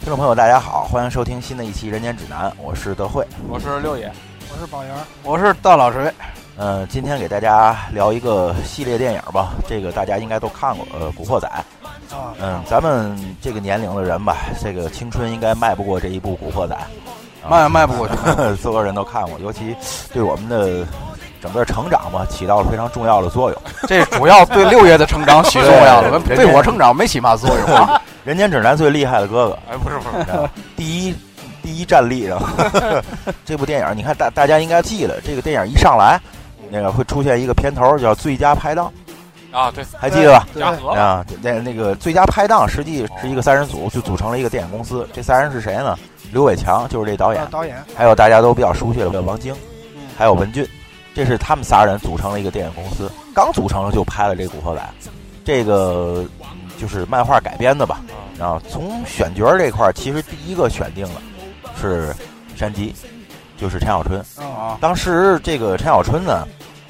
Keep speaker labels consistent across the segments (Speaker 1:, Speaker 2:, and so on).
Speaker 1: 听众朋友，大家好，欢迎收听新的一期《人间指南》，我是德惠。
Speaker 2: 我是六爷，
Speaker 3: 我是宝源，
Speaker 2: 我是大老锤，
Speaker 1: 呃，今天给大家聊一个系列电影吧，这个大家应该都看过，呃，《古惑仔》。
Speaker 3: 啊，
Speaker 1: 嗯，咱们这个年龄的人吧，这个青春应该迈不过这一部《古惑仔》啊，
Speaker 2: 卖也卖不过去。
Speaker 1: 所有人都看过，尤其对我们的整个成长吧，起到了非常重要的作用。
Speaker 2: 这主要对六爷的成长起重要了，
Speaker 1: 对
Speaker 2: 对我成长没起嘛作用啊。
Speaker 1: 《人间指南》最厉害的哥哥，
Speaker 2: 哎，不是不是，
Speaker 1: 啊第一第一战力上， 这部电影你看大大家应该记了，这个电影一上来，那个会出现一个片头叫《最佳拍档
Speaker 2: 啊，对，》，
Speaker 1: 还记得吧？
Speaker 3: 对
Speaker 2: 嘉禾
Speaker 1: 啊，那那个最佳拍档实际是一个三人组，就组成了一个电影公司。这三人是谁呢？刘伟强就是这导演
Speaker 3: 啊，导演，
Speaker 1: 还有大家都比较熟悉的王晶，
Speaker 3: 嗯，
Speaker 1: 还有文俊，这是他们仨人组成了一个电影公司。刚组成了就拍了这《古惑仔》，这个嗯就是漫画改编的吧。
Speaker 2: 嗯
Speaker 1: 然后从选角儿这块儿，其实第一个选定的是山鸡，就是陈小春。
Speaker 3: 啊，
Speaker 2: 啊，
Speaker 1: 当时这个陈小春呢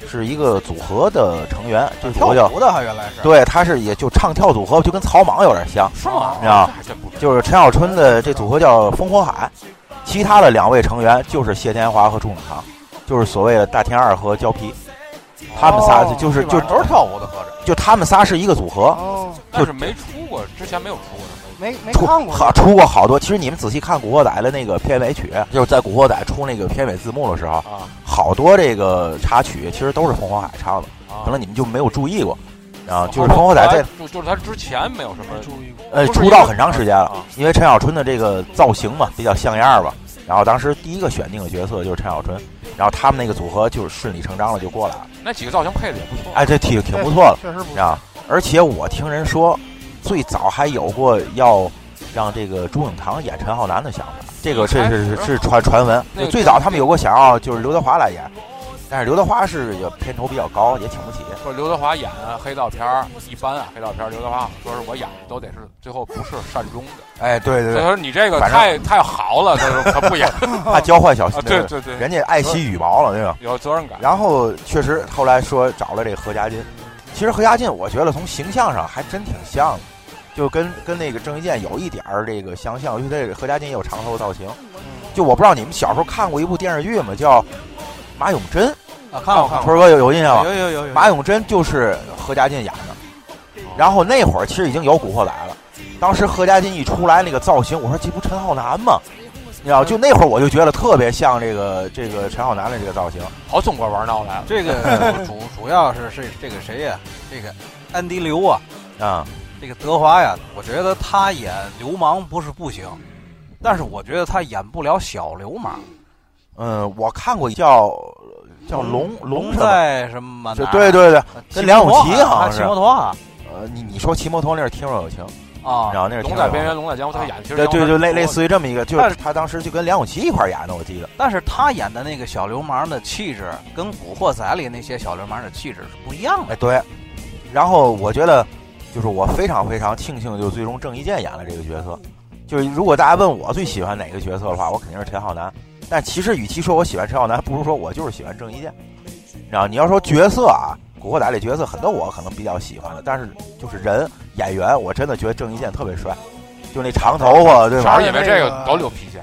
Speaker 1: 是一个组合的成员，这组合叫
Speaker 2: 啊的他原来是
Speaker 1: 对，他是也就唱跳组合，就跟曹莽有点像。
Speaker 2: 是吗？
Speaker 1: 你啊
Speaker 2: 还真不知道
Speaker 1: 就是陈小春的这组合叫烽火海，其他的两位成员就是谢天华和朱永棠，就是所谓的大天二和胶皮，他们仨
Speaker 3: 哦
Speaker 1: 就是
Speaker 3: 这
Speaker 1: 就
Speaker 3: 玩意儿
Speaker 1: 就
Speaker 2: 跳舞的合着，
Speaker 1: 就他们仨是一个组合，
Speaker 3: 哦，
Speaker 2: 但是没出过，之前没有出过什么。
Speaker 3: 没没
Speaker 1: 出
Speaker 3: 看过，
Speaker 1: 好出过好多。其实你们仔细看《古惑仔》的那个片尾曲，就是在《古惑仔》出那个片尾字幕的时候，
Speaker 2: 啊
Speaker 1: 好多这个插曲其实都是冯火海唱的，
Speaker 2: 啊
Speaker 1: 可能你们就没有注意过。啊，就是冯火仔在
Speaker 2: 就就是他之前没有什么
Speaker 3: 没注意过，
Speaker 1: 呃
Speaker 2: 不是
Speaker 1: 出道很长时间了，
Speaker 2: 啊
Speaker 1: 因为陈小春的这个造型嘛比较像样儿吧，然后当时第一个选定的角色就是陈小春，然后他们那个组合就是顺理成章的就过来了，
Speaker 2: 那几个造型配的也不错。
Speaker 1: 哎，这挺挺不错
Speaker 3: 确实不
Speaker 1: 的
Speaker 3: 错，
Speaker 1: 啊！而且我听人说，最早还有过要让这个朱永棠演陈浩南的想法，这个这是是是传传闻，
Speaker 2: 那个
Speaker 1: 就最早他们有过想要就是刘德华来演，但是刘德华是也片酬比较高，也请不起。
Speaker 2: 说刘德华演啊黑道片儿，一般啊，黑道片儿刘德华好像说是我演的都得是最后不是善终的。
Speaker 1: 哎，对对
Speaker 2: 所
Speaker 1: 对，
Speaker 2: 以说你这个
Speaker 1: 反正
Speaker 2: 太太豪了，他说他不 演啊，
Speaker 1: 怕教坏小新，
Speaker 2: 对对对，
Speaker 1: 人家爱惜羽毛了，对吧？
Speaker 2: 有责任感。
Speaker 1: 然后确实后来说找了这个何家劲，其实何家劲我觉得从形象上还真挺像的，就跟跟那个郑伊健有一点儿这个相像，因为这个何家劲也有长头造型。就我不知道你们小时候看过一部电视剧吗？叫《马永贞》，
Speaker 2: 啊，
Speaker 3: 看过看
Speaker 1: 春儿哥有有印象吗？
Speaker 2: 有有哦有有
Speaker 1: 马永贞就是何家劲演的。然后那会儿其实已经有《古惑仔》了，当时何家劲一出来那个造型，我说这不陈浩南吗？你知道，就那会儿我就觉得特别像这个这个陈浩南的这个造型。
Speaker 2: 好中国玩闹来了。
Speaker 4: 这个主主要是是这个谁呀、这个安迪刘啊，
Speaker 1: 啊、
Speaker 4: 这个德华呀，我觉得他演流氓不是不行，但是我觉得他演不了小流氓，
Speaker 1: 嗯，我看过一叫叫龙龙什
Speaker 4: 嗯龙
Speaker 1: 么，
Speaker 4: 在什么啊
Speaker 1: 就
Speaker 4: 哪儿
Speaker 1: 对，对对，
Speaker 4: 骑
Speaker 1: 跟梁咏
Speaker 4: 摩托
Speaker 1: 琪
Speaker 4: 啊
Speaker 1: 好像
Speaker 4: 他
Speaker 1: 是
Speaker 4: 骑摩托啊
Speaker 1: 呃，你你说骑摩托那是听若有情，
Speaker 4: 啊
Speaker 1: 然后那是
Speaker 2: 龙
Speaker 1: 听若
Speaker 2: 在
Speaker 1: 有情
Speaker 2: 边缘，龙在江湖，他演的其实
Speaker 1: 啊对对，就类类
Speaker 2: 于
Speaker 1: 似于这么一个，就
Speaker 4: 但
Speaker 1: 是他当时就跟梁咏琪一块儿演的，我记得。
Speaker 4: 但是他演的那个小流氓的气质，跟《古惑仔》里那些小流氓的气质是不一样的。
Speaker 1: 哎，对。然后我觉得，就是我非常非常庆幸，就最终郑伊健演了这个角色。就是如果大家问我最喜欢哪个角色的话，我肯定是陈浩南。但其实，与其说我喜欢陈浩南，不如说我就是喜欢郑伊健。然后你要说角色啊，《古惑仔》里角色很多我可能比较喜欢的，但是就是人演员，我真的觉得郑伊健特别帅，就那长头发，对
Speaker 2: 主
Speaker 1: 吧
Speaker 2: 要？是因为这个
Speaker 3: 对
Speaker 2: 老柳脾气，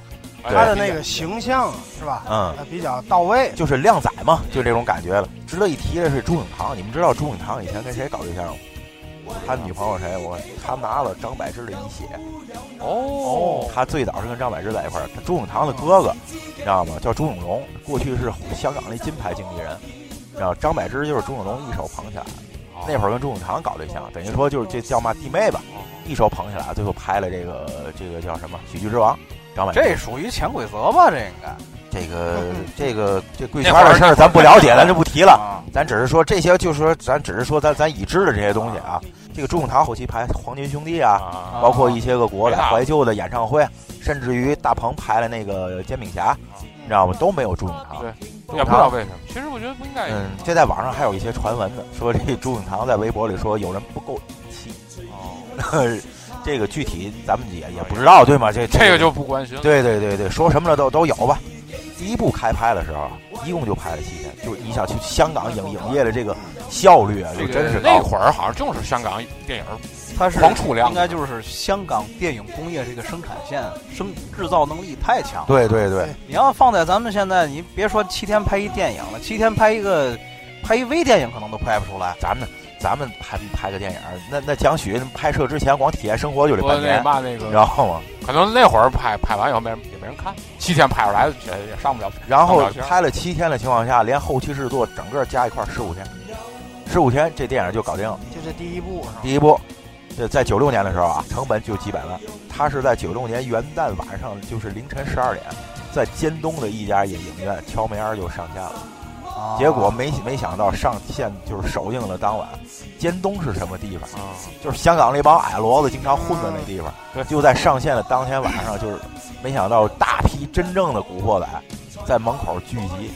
Speaker 3: 他的那个形象是吧，
Speaker 1: 嗯，
Speaker 3: 呃比较到位，
Speaker 1: 就是靓仔嘛，就这种感觉了。值得一提的是朱永棠，你们知道朱永棠以前跟谁搞对象吗？他女朋友谁？我他拿了张柏芝的遗血。
Speaker 2: 哦，
Speaker 1: 他最早是跟张柏芝在一块儿，他朱永棠的哥哥，你知道吗？叫朱永龙，过去是香港那金牌经纪人。然后张柏芝就是朱永龙一手捧起来，
Speaker 2: 哦
Speaker 1: 那会儿跟朱永棠搞对象，等于说就是这叫嘛弟妹吧，一手捧起来，最后拍了这个这个叫什么《喜剧之王》。张柏芝
Speaker 4: 这属于潜规则吧？这应该
Speaker 1: 这个
Speaker 3: 嗯
Speaker 1: 这个这贵
Speaker 2: 那
Speaker 1: 圈
Speaker 2: 会儿
Speaker 1: 的事儿咱不了解，咱就不提了。
Speaker 4: 啊，
Speaker 1: 咱只是说这些，就是说咱只是说咱咱已知的这些东西啊。这个朱永棠后期拍《黄金兄弟》啊，
Speaker 2: 啊，
Speaker 1: 包括一些个国
Speaker 2: 没大
Speaker 1: 外怀旧的演唱会，甚至于大鹏拍了那个《煎饼侠》，你知道吗？都没有朱永棠
Speaker 2: 嗯对。也不知道为什么。其实我觉得不应该。
Speaker 1: 嗯，这在网上还有一些传闻呢，说这朱永棠在微博里说有人不够义
Speaker 2: 哦
Speaker 1: 气， 这个具体咱们也也不知道，对吗？这
Speaker 2: 这个就不关心了。
Speaker 1: 对对对对，说什么的都都有吧。第一部开拍的时候，一共就拍了七天，就是你想去香港影影业的这个效率啊，
Speaker 2: 这
Speaker 1: 就
Speaker 2: 个
Speaker 1: 真是
Speaker 2: 那
Speaker 1: 高。
Speaker 2: 会儿好像正是香港电影
Speaker 4: 它是
Speaker 2: 狂出量
Speaker 4: 应该就是香港电影工业这个生产线生制造能力太强了。
Speaker 1: 对对对，
Speaker 4: 你要放在咱们现在，你别说七天拍一电影了，七天拍一个拍一微电影可能都拍不出来。
Speaker 1: 咱们咱们拍拍个电影，那那蒋许拍摄之前光体验生活就得
Speaker 2: 说
Speaker 1: 半
Speaker 2: 那
Speaker 1: 年，
Speaker 2: 嘛那
Speaker 1: 你知
Speaker 2: 个，
Speaker 1: 道吗？
Speaker 2: 可能那会儿拍拍完以后没人也没人看，七天拍出来也也上不了片，
Speaker 1: 然后
Speaker 2: 上不了圈
Speaker 1: 拍了七天的情况下，连后期制作整个加一块十五天，十五天这电影就搞定了。
Speaker 3: 这是第一部是吧？
Speaker 1: 第一部，这在九六年的时候啊，成本就几百万。他是在九六年元旦晚上，就是凌晨十二点，在尖东的一家影院敲门儿就上线了。
Speaker 4: 啊
Speaker 1: 结果没没想到上线就是首映的当晚，尖东是什么地方？
Speaker 2: 啊，
Speaker 1: 就是香港那帮矮骡子经常混的那地方。
Speaker 2: 对
Speaker 1: 就在上线的当天晚上，就是没想到大批真正的古惑仔在门口聚集，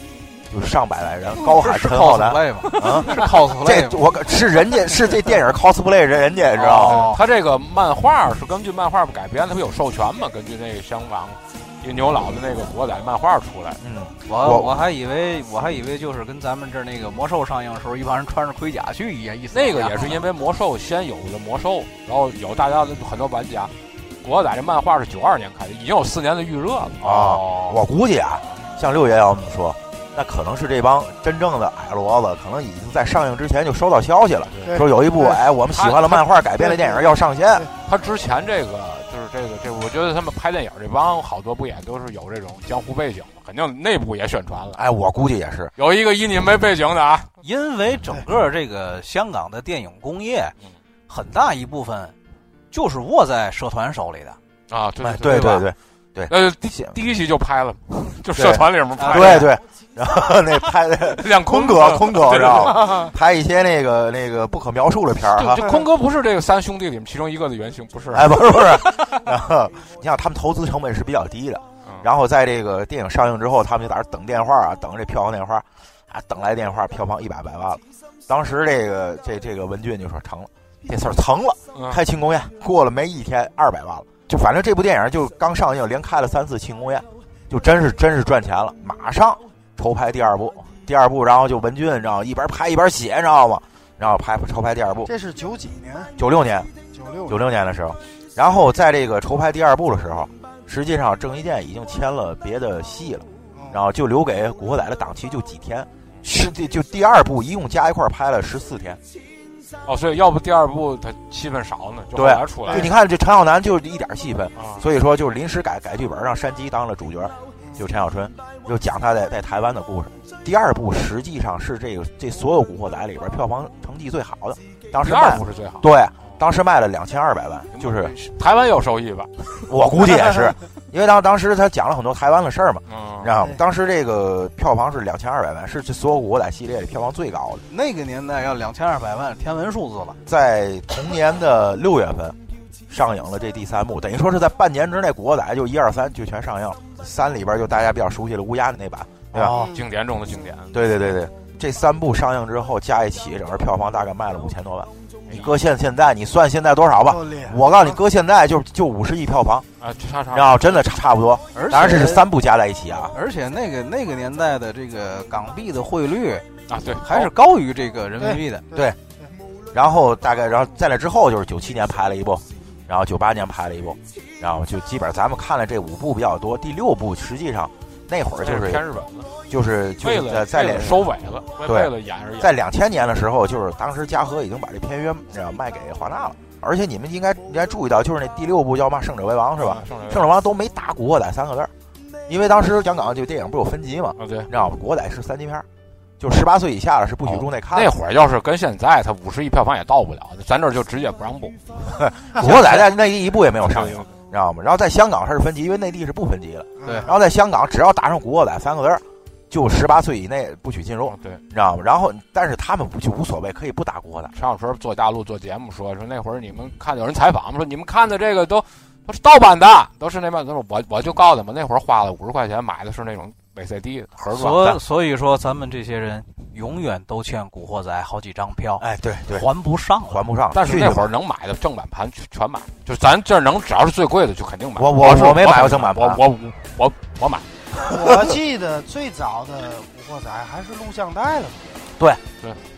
Speaker 1: 就是上百来人，高喊
Speaker 4: 是
Speaker 1: 陈浩南
Speaker 4: cosplay 吗？
Speaker 1: 啊！
Speaker 4: 是 cosplay
Speaker 1: 这
Speaker 4: 吗？
Speaker 1: 我是人家是这电影 cosplay 人人家你知道吗？
Speaker 4: 哦
Speaker 2: 他这个漫画是根据漫画改编的，他不有授权吗？根据那个香港一个牛佬的那个国仔漫画出来，
Speaker 1: 嗯。
Speaker 4: 我
Speaker 1: 我
Speaker 4: 我还以为我还以为就是跟咱们这儿那个魔兽上映的时候，一帮人穿着盔甲去一样意思一
Speaker 2: 那
Speaker 4: 样。
Speaker 2: 个也是因为魔兽先有的魔兽，然后有大家的很多玩家，国仔这漫画是九二年开的，已经有四年的预热了。哦
Speaker 1: 啊，我估计啊，像六爷要这么说，那可能是这帮真正的矮骡子，可能已经在上映之前就收到消息了，
Speaker 3: 对
Speaker 1: 说有一部
Speaker 3: 对
Speaker 1: 哎，我们喜欢了漫画改编的电影要上线。
Speaker 2: 他之前这个就是这个这，我觉得他们拍电影这帮好多不也都是有这种江湖背景吗？肯定内部也宣传了。
Speaker 1: 哎，我估计也是，
Speaker 2: 有一个一你没背景的啊，
Speaker 4: 因为整个这个香港的电影工业
Speaker 2: 嗯，
Speaker 4: 很大一部分就是握在社团手里的。
Speaker 2: 啊，对
Speaker 1: 哎，
Speaker 2: 对
Speaker 1: 对
Speaker 2: 吧
Speaker 1: 对，
Speaker 2: 呃，第
Speaker 1: 行
Speaker 2: 第一期就拍了，就
Speaker 1: 对
Speaker 2: 社团里面拍
Speaker 4: 哎
Speaker 2: 的，
Speaker 1: 对
Speaker 2: 啊
Speaker 1: 对，然后那拍 的
Speaker 2: 亮
Speaker 1: 坤
Speaker 2: 哥
Speaker 1: 哥，，坤哥
Speaker 2: 对
Speaker 1: 知道吗？拍一些那个那个不可描述的片儿
Speaker 2: 就
Speaker 1: 哈。
Speaker 2: 就坤哥不是这个三兄弟里面其中一个的原型，不是？
Speaker 1: 哎，不是 不是，然后你想他们投资成本是比较低的，
Speaker 2: 嗯
Speaker 1: 然后在这个电影上映之后，他们就在那儿等电话啊，等这票房电话啊，等来电话，票房一百来万了。当时这个这这个文俊就说成了，这事儿成了，
Speaker 2: 嗯
Speaker 1: 开庆功宴。过了没一天，二百万了。就反正这部电影就刚上映，连开了三次庆功宴，就真是真是赚钱了。马上筹拍第二部，第二部然后就文俊，你知道吗一边拍一边写，你知道吗？然后拍筹拍第二部，
Speaker 3: 这是九几年，
Speaker 1: 九六年，
Speaker 3: 九六
Speaker 1: 九六年的时候，然后在这个筹拍第二部的时候，实际上郑伊健已经签了别的戏了，
Speaker 3: 嗯
Speaker 1: 然后就留给《古惑仔》的档期就几天，是第就第二部一共加一块儿拍了十四天。
Speaker 2: 哦，所以要不第二部他戏份少呢，就后
Speaker 1: 对啊
Speaker 2: 来出来
Speaker 1: 就你看这陈浩南就一点戏份，
Speaker 2: 啊，
Speaker 1: 所以说就是临时改改剧本，让山鸡当了主角，就陈小春，就讲他在在台湾的故事。第二部实际上是这个这所有《古惑仔》里边票房成绩最好的，当时
Speaker 2: 第二
Speaker 1: 卖
Speaker 2: 部是最好，
Speaker 1: 对，当时卖了两千二百万，就是
Speaker 2: 台湾有收益吧？
Speaker 1: 我估计也 是，因为当当时他讲了很多台湾的事儿嘛，
Speaker 2: 嗯
Speaker 1: 你知，道吗
Speaker 3: 对？
Speaker 1: 当时这个票房是两千二百万，是这所有国仔系列里票房最高的。
Speaker 4: 那个年代要两千二百万，天文数字了。
Speaker 1: 在同年的六月份上映了这第三幕，等于说是在半年之内，古惑仔就一二三就全上映了。三里边就大家比较熟悉的乌鸦那版，对吧？
Speaker 3: 嗯
Speaker 4: 哦，
Speaker 2: 经典中的经典，
Speaker 1: 对对对对，这三部上映之后加一起，整个票房大概卖了五千多万。你搁现现在，你算现在多少吧？
Speaker 3: 够厉害
Speaker 1: 我告诉你，搁现在就就五十亿票房，
Speaker 2: 啊，叉叉
Speaker 1: 然后真的差不多。
Speaker 4: 而且
Speaker 1: 当然这是三部加在一起啊，
Speaker 4: 而且那个那个年代的这个港币的汇率
Speaker 2: 啊，对，
Speaker 1: 哦
Speaker 4: 还是高于这个人民币的。
Speaker 1: 然后大概，然后在那之后就是九七年拍了一部，然后九八年拍了一部，然后就基本上咱们看了这五部比较多，第六部实际上那会儿就
Speaker 2: 哦偏
Speaker 1: 是
Speaker 2: 日本了，
Speaker 1: 就是就
Speaker 2: 为
Speaker 1: 是
Speaker 2: 了
Speaker 1: 在在
Speaker 2: 为
Speaker 1: 两
Speaker 2: 了收尾了，为
Speaker 1: 对
Speaker 2: 为了演而演，
Speaker 1: 在两千年的时候，就是当时嘉禾已经把这片约然后卖给华纳了，而且你们应该应该注意到，就是那第六部叫嘛《胜者为王》是吧？
Speaker 2: 啊？上来
Speaker 1: 《胜者王》都没打“古惑仔”三个字儿，因为当时香港就电影不是有分级嘛，
Speaker 2: 啊，对。
Speaker 1: 你知道吗？古惑仔是三级片儿，就是十八岁以下的是不许入内看
Speaker 2: 哦
Speaker 1: 的。
Speaker 2: 那会儿要是跟现在，他五十亿票房也到不了，咱这儿就直接不让播。
Speaker 1: 古惑仔在那一部也没有上
Speaker 2: 上
Speaker 1: 映
Speaker 2: 映。，
Speaker 1: 你知道吗？然后在香港它是分级，因为内地是不分级的。
Speaker 3: 嗯
Speaker 4: 对
Speaker 1: 然后在香港，只要打上“古惑仔”三个字儿，就十八岁以内不许进入，
Speaker 2: 对，
Speaker 1: 你知道吗？然后，但是他们不就无所谓，可以不打“古惑仔
Speaker 2: 陈小春做大陆做节目说说那会儿你们看有人采访嘛，说你们看的这个都都是盗版的，都是那版。他说我我就告诉他们，那会儿花了五十块钱买的是那种 VCD 盒装
Speaker 4: 所
Speaker 2: 的，
Speaker 4: 所以说，咱们这些人永远都欠《古惑仔》好几张票”。，
Speaker 1: 哎，对对，
Speaker 4: 还不上了。
Speaker 1: 还不上。
Speaker 2: 但是
Speaker 1: 去
Speaker 2: 那
Speaker 1: 去
Speaker 2: 会儿
Speaker 1: 吧
Speaker 2: 能买的正版盘全全买，就是咱这儿能只要是最贵的就肯定买。
Speaker 1: 我
Speaker 2: 我
Speaker 1: 我
Speaker 2: 是
Speaker 1: 我没买过
Speaker 2: 肯定
Speaker 1: 正版
Speaker 2: 我
Speaker 1: 盘
Speaker 2: 我我我我买，
Speaker 3: 我记得最早的《古惑仔》还是录像带的，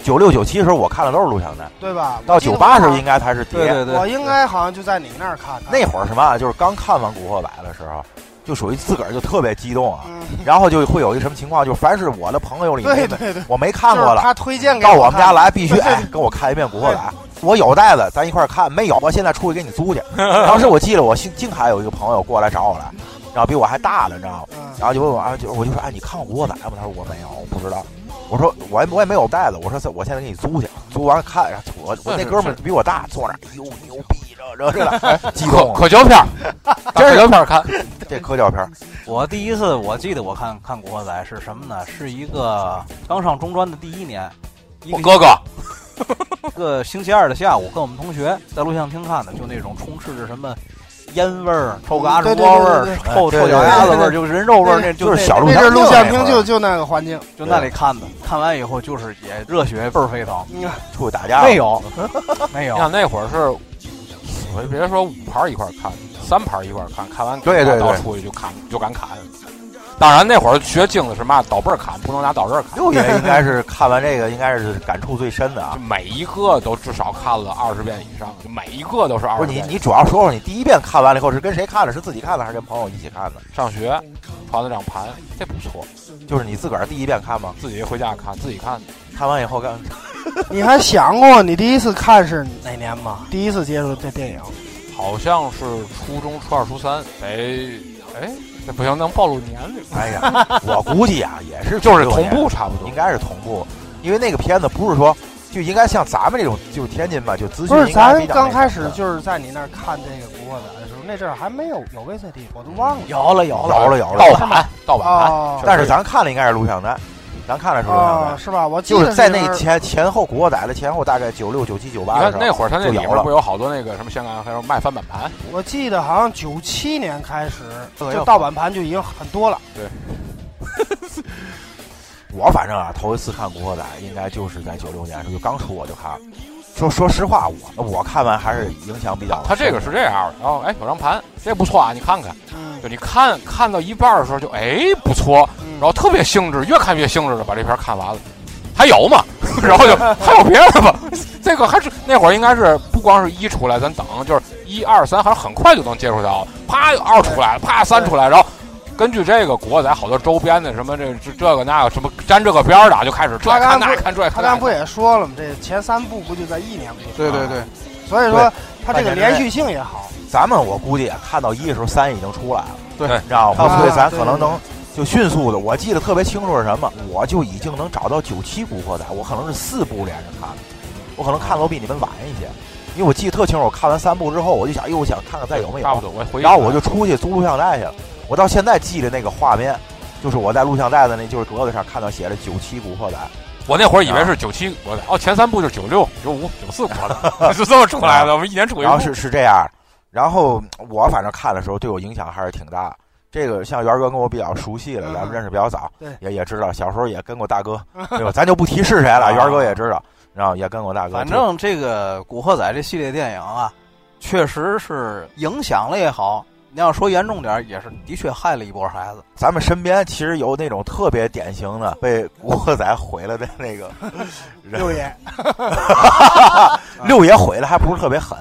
Speaker 1: 九六九七的时候我看的都是录像带，
Speaker 3: 对吧？
Speaker 1: 到
Speaker 3: 我记得
Speaker 1: 九
Speaker 3: 我
Speaker 1: 八时候
Speaker 3: 好
Speaker 1: 应该才是碟。
Speaker 4: 对对对，
Speaker 3: 我应该好像就在你那儿看的。
Speaker 1: 那会儿什么啊，就是刚看完《古惑仔》的时候，就属于自个儿就特别激动啊，
Speaker 3: 嗯，
Speaker 1: 然后就会有一什么情况，就是凡是我的朋友里
Speaker 3: 对
Speaker 1: 面
Speaker 3: 对对，
Speaker 1: 我没看
Speaker 3: 就是
Speaker 1: 过了，
Speaker 3: 他推荐给
Speaker 1: 到我们
Speaker 3: 看
Speaker 1: 家
Speaker 3: 的，
Speaker 1: 来必须
Speaker 3: 对对
Speaker 1: 哎跟我看一遍《古惑仔》，我有袋子，咱一块儿看；没有，我现在出去给你租去。当时我记得我姓静海有一个朋友过来找我来，然后比我还大了，你知道吗？
Speaker 3: 嗯，
Speaker 1: 然后就问我啊，就我就说哎，你看过《古惑仔》吗？他说我没有，我不知道。我说我也我也没有袋子，我说我现在给你租去，租完了看。然后我我那哥们儿比我大，坐那儿哎呦牛逼，这这这的，激动啊！
Speaker 2: 可可胶片 儿，
Speaker 1: 真
Speaker 2: 可
Speaker 1: 是
Speaker 2: 胶片儿看，
Speaker 1: 这科教片儿
Speaker 4: 我第一次我记得我看看《古惑仔》是什么呢？是一个刚上中专的第一年，一
Speaker 2: 我
Speaker 4: 个
Speaker 2: 哥哥
Speaker 4: 一个星期二的下午，跟我们同学在录像厅看的，就那种充斥着什么烟味儿、臭嘎
Speaker 3: 对
Speaker 4: 吱
Speaker 3: 对
Speaker 4: 窝味
Speaker 3: 对
Speaker 4: 儿
Speaker 3: 对、
Speaker 1: 对
Speaker 4: 臭
Speaker 1: 对
Speaker 4: 臭
Speaker 1: 对
Speaker 4: 脚丫子
Speaker 3: 对
Speaker 4: 味儿，
Speaker 3: 对
Speaker 4: 就人肉味儿，那
Speaker 1: 就是小
Speaker 4: 路
Speaker 1: 鹿
Speaker 3: 那
Speaker 1: 像
Speaker 3: 阵儿录
Speaker 1: 那
Speaker 3: 像
Speaker 1: 会
Speaker 3: 厅
Speaker 1: 儿
Speaker 3: 就就那个环境，
Speaker 4: 就那里看的。看完以后就是也热血倍儿沸腾，
Speaker 3: 嗯，
Speaker 1: 出去打架
Speaker 4: 没有，没
Speaker 2: 你
Speaker 4: 有，
Speaker 2: 想那会儿是，我别说五盘儿一块儿看，三盘儿一块儿看，看完
Speaker 1: 对对对
Speaker 2: 到出去就砍，就敢砍。当然那会儿学精的是嘛，倒背儿砍，不能拿倒刃儿砍。
Speaker 1: 六爷应该是看完这个，应该是感触最深的啊
Speaker 2: 就。每一个都至少看了二十遍以上，就每一个都是二
Speaker 1: 不
Speaker 2: 十
Speaker 1: 是你
Speaker 2: 遍，。
Speaker 1: 你主要说说你第一遍看完了以后是跟谁看的？是自己看的还是跟朋友一起看的？
Speaker 2: 上学传了张盘，这不错，
Speaker 1: 就是你自个儿第一遍看吗？
Speaker 2: 自己回家看，自己看。
Speaker 1: 看完以后 干
Speaker 3: 你还想过你第一次看是哪年吗？第一次接触这电影，
Speaker 2: 好像是初中初二初三，哎哎，这不行，能暴露年龄，
Speaker 1: 哎呀，我估计啊也是
Speaker 2: 就是
Speaker 1: 96
Speaker 2: 同
Speaker 1: 年，
Speaker 2: 步差不多
Speaker 1: 应。该是同步，因为那个片子不是说就应该像咱们这种就是天津吧，就资
Speaker 3: 不
Speaker 1: 讯
Speaker 3: 是
Speaker 1: 应该
Speaker 3: 咱
Speaker 1: 比较那
Speaker 3: 刚
Speaker 1: 个
Speaker 3: 开
Speaker 1: 什么
Speaker 3: 始
Speaker 1: 的
Speaker 3: 就是在你那儿看这个《古惑仔》的时候，那阵儿还没有有 VCD，我都忘了。
Speaker 4: 有了有了，
Speaker 1: 摇了摇啊
Speaker 2: 盗
Speaker 1: 了，
Speaker 2: 版，盗版盘。
Speaker 3: 哦
Speaker 1: 但是咱看了应该是录像带，咱看的是录像
Speaker 3: 哦，
Speaker 1: 带，
Speaker 3: 是吧？我记
Speaker 1: 就
Speaker 3: 得
Speaker 1: 是在
Speaker 3: 那
Speaker 1: 那
Speaker 3: 阵儿
Speaker 1: 前前后《古惑仔》的前后大概九六九七九
Speaker 2: 你
Speaker 1: 八的
Speaker 2: 看
Speaker 1: 时候，
Speaker 2: 那会儿，他那
Speaker 1: 就
Speaker 2: 里
Speaker 1: 摇
Speaker 2: 面
Speaker 1: 了
Speaker 2: 不有好多那个什么香港还有卖翻版盘，
Speaker 3: 我记得好像九七年开始，
Speaker 1: 对
Speaker 3: 就盗版盘就已经很多了。
Speaker 1: 我反正啊，头一次看《古惑仔》，应该就是在九六年的时候，就刚出我就看了。说说实话，我我看完还是影响比较。
Speaker 2: 啊他这个是这样的，然后哎有张盘，这不错啊，你看看，
Speaker 3: 嗯
Speaker 2: 就你看看到一半儿的时候就哎不错，
Speaker 3: 嗯
Speaker 2: 然后特别兴致，越看越兴致了，把这片儿看完了，还有吗？ 然后就还有别的吧，这个还是那会儿应该是不光是一出来，咱等就是一二三，好像很快就能接触到，啪二出来了，啪三出来，然后。根据这个《古惑仔》好多周边的什么这这这个那个什么沾这个边儿的啊就开始这
Speaker 3: 他刚
Speaker 2: 看
Speaker 3: 不
Speaker 2: 那看这看
Speaker 3: 他刚
Speaker 2: 那
Speaker 3: 才不也说了吗？这前三部不就在一年过去？
Speaker 4: 对对对，
Speaker 3: 所以说他
Speaker 1: 半
Speaker 3: 这个
Speaker 1: 年之内
Speaker 3: 连续性也好。
Speaker 1: 咱们我估计啊看到一的时候，三已经出来了，
Speaker 4: 对
Speaker 1: 你知道吗？
Speaker 3: 啊
Speaker 1: 所以咱
Speaker 3: 对
Speaker 1: 可能能就迅速的，我记得特别清楚是什么，我就已经能找到九七《古惑仔》，我可能是四部连着看的，我可能看的都比你们晚一些，因为我记得特清楚，我看完三部之后，我就想，哎呦，我想看看再有没
Speaker 2: 差不
Speaker 1: 有，
Speaker 2: 多，我回忆
Speaker 1: 然后我就出去租录像带去了。我到现在记得那个画面，就是我在录像带的那就是格子上看到写着九七《古惑仔》。
Speaker 2: 我那会儿
Speaker 1: 啊
Speaker 2: 以为是九七国的，哦，前三部就是九六、九五、九四国的， 就这么出来的。我们一年出一
Speaker 1: 啊然后是
Speaker 2: 部，
Speaker 1: 是这样，然后我反正看的时候对我影响还是挺大。这个像元哥跟我比较熟悉了，
Speaker 3: 嗯
Speaker 1: 咱们认识比较早，
Speaker 3: 对
Speaker 1: 也也知道，小时候也跟过大 哥，对吧？咱就不提是谁了，
Speaker 2: 啊
Speaker 1: 元哥也知道，然后也跟过大哥。
Speaker 4: 反正这个《古惑仔》这系列电影啊，确实是影响了也好，你要说严重点儿，也是的确害了一波孩子。
Speaker 1: 咱们身边其实有那种特别典型的被《古惑仔》毁了的那
Speaker 3: 啊
Speaker 1: 个人，
Speaker 3: 六爷，
Speaker 1: 六爷毁了还不是特别狠，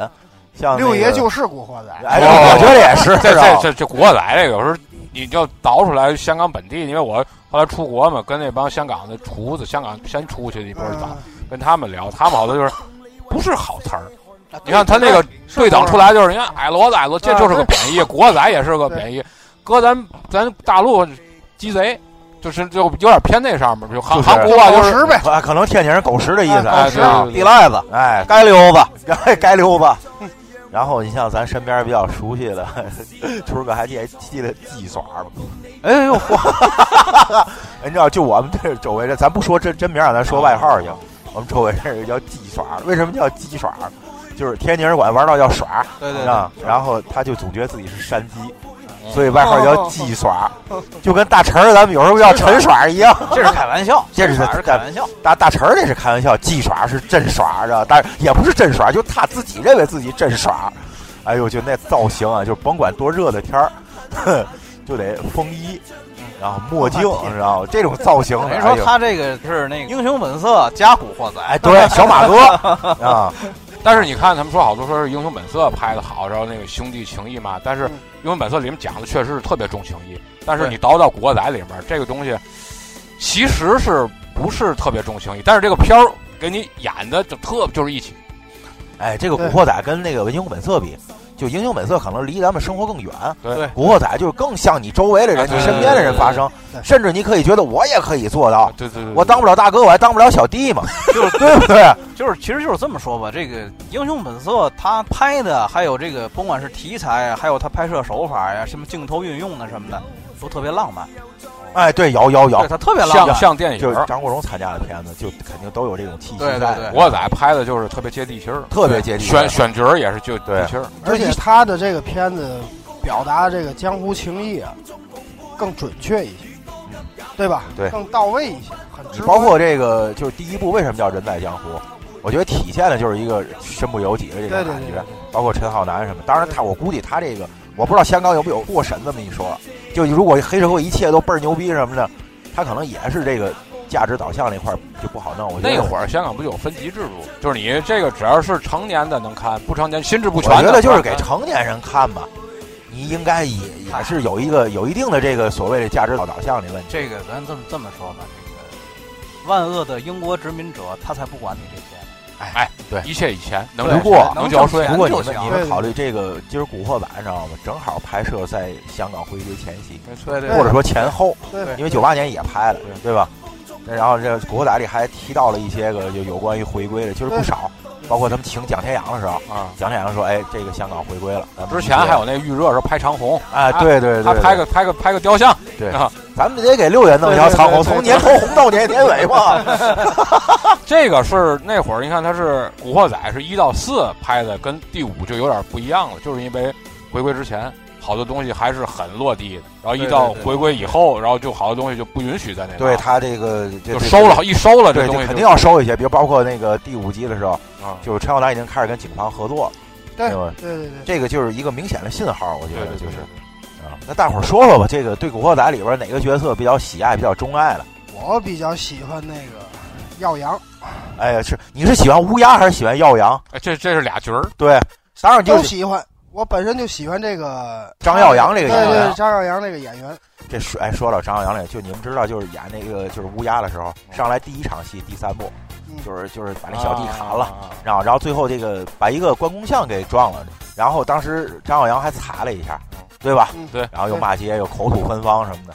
Speaker 1: 像那个
Speaker 3: 六爷就是《古惑仔》。
Speaker 1: 哎，
Speaker 2: 哦
Speaker 1: 我觉得也是，
Speaker 2: 这
Speaker 1: 是吧
Speaker 2: 这这这国仔这个有时候你就倒出来香港本地，因为我后来出国嘛，跟那帮香港的厨子，香港先出去的一波
Speaker 3: 嗯
Speaker 2: 早，跟他们聊，他们好多就是不是好词儿。
Speaker 4: 啊
Speaker 2: 你看他那个
Speaker 3: 是
Speaker 2: 对等出来就是，你看矮骡子，矮骡子，
Speaker 1: 啊
Speaker 2: 这就是个贬义。国仔也是个贬义，搁咱咱大陆鸡贼，就是就有点偏那上面，就韩
Speaker 1: 就是
Speaker 2: 韩国吧，
Speaker 3: 狗
Speaker 2: 就是
Speaker 3: 食呗，
Speaker 1: 啊可可能天津人狗食的意思，哎
Speaker 2: 哎
Speaker 3: 哎狗
Speaker 2: 对
Speaker 3: 食
Speaker 2: 对对
Speaker 4: 地赖子
Speaker 1: 哎，
Speaker 4: 该溜子，
Speaker 1: 该该溜吧。然后你像咱身边比较熟悉的，春儿哥还记记得鸡爪吗？哎
Speaker 4: 哎呦嚯！
Speaker 1: 你知道，就我们这周围这，咱不说真真名儿，啊咱说外号儿行。我们周围这人叫鸡爪，为什么叫鸡爪？就是天津人管玩闹叫耍，
Speaker 4: 对对对
Speaker 1: 啊，然后他就总觉得自己是山鸡，所以外号叫鸡爪，就跟大陈儿咱们有时候叫陈耍一样。
Speaker 4: 这是开玩笑，
Speaker 1: 这是
Speaker 4: 还是开玩笑。
Speaker 1: 大大陈儿那是开玩笑，鸡耍是真耍，知道吧？但是也不是真耍，就他自己认为自己真耍。哎呦，就那造型啊，就甭管多热的天儿，就得风衣，然后墨镜，你知道吗？这种造型，
Speaker 4: 等于
Speaker 1: 哎
Speaker 4: 说
Speaker 1: 呦
Speaker 4: 他这个是那个英雄本色加古惑仔，
Speaker 1: 哎，对，小马哥啊，
Speaker 2: 但是你看，他们说好多说是《英雄本色》拍的好，然后那个兄弟情谊嘛。但是《
Speaker 3: 嗯
Speaker 2: 英雄本色》里面讲的确实是特别重情义，但是
Speaker 4: 对
Speaker 2: 你倒到《古惑仔》里面，这个东西其实是不是特别重情义？但是这个片儿给你演的就特就是一起，
Speaker 1: 哎，这个《古
Speaker 3: 对
Speaker 1: 惑仔》跟那个《英雄本色》比，就《英雄本色》可能离咱们生活更远，
Speaker 2: 对
Speaker 4: 对
Speaker 1: 《古惑仔》就是更向你周围的人、
Speaker 2: 啊
Speaker 1: 你身边的人发声
Speaker 3: 对对对，对
Speaker 1: 甚至你可以觉得我也可以做到，
Speaker 2: 对对对，
Speaker 1: 啊我当不了大哥，我还当不了小弟嘛，
Speaker 4: 就是
Speaker 1: 对不对？
Speaker 4: 就是，其实就是这么说吧。这个《英雄本色》他拍的，还有这个甭管是题材，还有他拍摄手法呀，什么镜头运用的什么的，都特别浪漫。
Speaker 1: 哎，对，有有
Speaker 4: 对，
Speaker 1: 有，
Speaker 4: 他特别浪
Speaker 2: 像
Speaker 4: 漫。
Speaker 2: 像电影
Speaker 1: 就
Speaker 2: 儿
Speaker 1: 是，张国荣参加的片子，就肯定都有这种气息
Speaker 4: 对对
Speaker 1: 在，
Speaker 2: 《
Speaker 4: 对
Speaker 2: 古惑仔》拍的就是特别接地气儿，
Speaker 1: 特别接地气
Speaker 2: 选选角儿也是就
Speaker 1: 对
Speaker 2: 地气儿。
Speaker 3: 而且他的这个片子表达这个江湖情谊啊，更准确一些，对吧？
Speaker 1: 对
Speaker 3: 更到位一些，很
Speaker 1: 你
Speaker 3: 直观
Speaker 1: 包括这个，就是第一部为什么叫《人在江湖》，我觉得体现的就是一个身不由己的这
Speaker 3: 对
Speaker 1: 种
Speaker 3: 对
Speaker 1: 感
Speaker 3: 对
Speaker 1: 觉。包括陈浩南什么，当然他，我估计他这个，我不知道香港有没有过审这么一说。就如果黑社会一切都倍儿牛逼什么的，他可能也是这个价值导向那块儿就不好弄。我觉得
Speaker 2: 那会儿香港不就有分级制度？就是你这个只要是成年的能看，不成年心智不
Speaker 1: 我
Speaker 2: 全的，
Speaker 1: 觉得就是
Speaker 2: 嗯
Speaker 1: 给成年人看吧，你应该也也是有一个有一定的这个所谓的价值导向的问题。
Speaker 4: 这个咱这么这么说吧，这个万恶的英国殖民者，他才不管你这些。
Speaker 2: 哎一切以前能
Speaker 1: 对是
Speaker 2: 不过
Speaker 4: 能
Speaker 2: 能交税
Speaker 4: 挣，
Speaker 1: 不过
Speaker 4: 钱
Speaker 1: 你
Speaker 4: 就
Speaker 1: 们
Speaker 4: 行
Speaker 1: 你们
Speaker 3: 对
Speaker 1: 考虑这个今儿《古惑仔》你知道吗？正好拍摄在香港回归前夕，
Speaker 2: 没错
Speaker 4: 对对
Speaker 1: 或者说前后。
Speaker 3: 对
Speaker 1: 因为九八年也拍了，对吧？然后这《古惑仔》里还提到了一些个就有关于回归的，其实不少，包括他们请蒋天阳的时候，
Speaker 2: 啊。
Speaker 1: 蒋天阳说：“哎，这个香港回归了。咱们
Speaker 2: 之
Speaker 1: 理解”
Speaker 2: 前还有那个预热时候拍长虹，
Speaker 1: 啊，对对对，
Speaker 2: 他
Speaker 1: 对
Speaker 2: 拍，个拍个拍个雕像，
Speaker 1: 咱们得给六爷弄一条长虹，
Speaker 3: 对对对对
Speaker 1: 从年头红到年年尾 嘛。
Speaker 2: 这个是那会儿你看他是《古惑仔》是一到四拍的，跟第五就有点不一样了，就是因为回归之前好多东西还是很落地的，然后一到
Speaker 4: 对对对
Speaker 2: 回归以后，然后就好多东西就不允许在那
Speaker 1: 对
Speaker 2: 儿
Speaker 1: 他这个这
Speaker 2: 就
Speaker 1: 这
Speaker 2: 收了，一收了这
Speaker 1: 对，
Speaker 2: 东
Speaker 1: 这
Speaker 2: 西
Speaker 1: 肯定要收一些，比如包括那个第五集的时候，
Speaker 2: 啊，
Speaker 1: 就是陈浩南已经开始跟警方合作了，
Speaker 3: 对
Speaker 1: 吧？
Speaker 3: 对对对，
Speaker 1: 这个就是一个明显的信号，我觉得
Speaker 2: 对对
Speaker 1: 就是
Speaker 2: 对
Speaker 1: 啊。那大伙儿说说吧，这个对《古惑仔》里边哪个角色比较喜爱、比较钟爱了？
Speaker 3: 我比较喜欢那个耀阳，
Speaker 1: 哎呀，是你是喜欢乌鸦还是喜欢耀阳？
Speaker 2: 哎这这是俩角儿，
Speaker 1: 对，当然就
Speaker 3: 都
Speaker 1: 是
Speaker 3: 喜欢。我本身就喜欢这个
Speaker 1: 张耀扬这个
Speaker 3: 对
Speaker 1: 演
Speaker 3: 对
Speaker 1: 员啊
Speaker 3: 对。张耀扬这个演员，
Speaker 1: 这说哎，说到张耀扬这，就你们知道，就是演那个就是乌鸦的时候，
Speaker 2: 嗯
Speaker 1: 上来第一场戏第三部，
Speaker 3: 嗯
Speaker 1: 就是就是把那小弟砍了，
Speaker 2: 啊，
Speaker 1: 然后然后最后这个把一个关公像给撞了，然后当时张耀扬还踩了一下，对吧？
Speaker 3: 嗯
Speaker 2: 对
Speaker 1: 然后又骂街，又口吐芬芳什么的。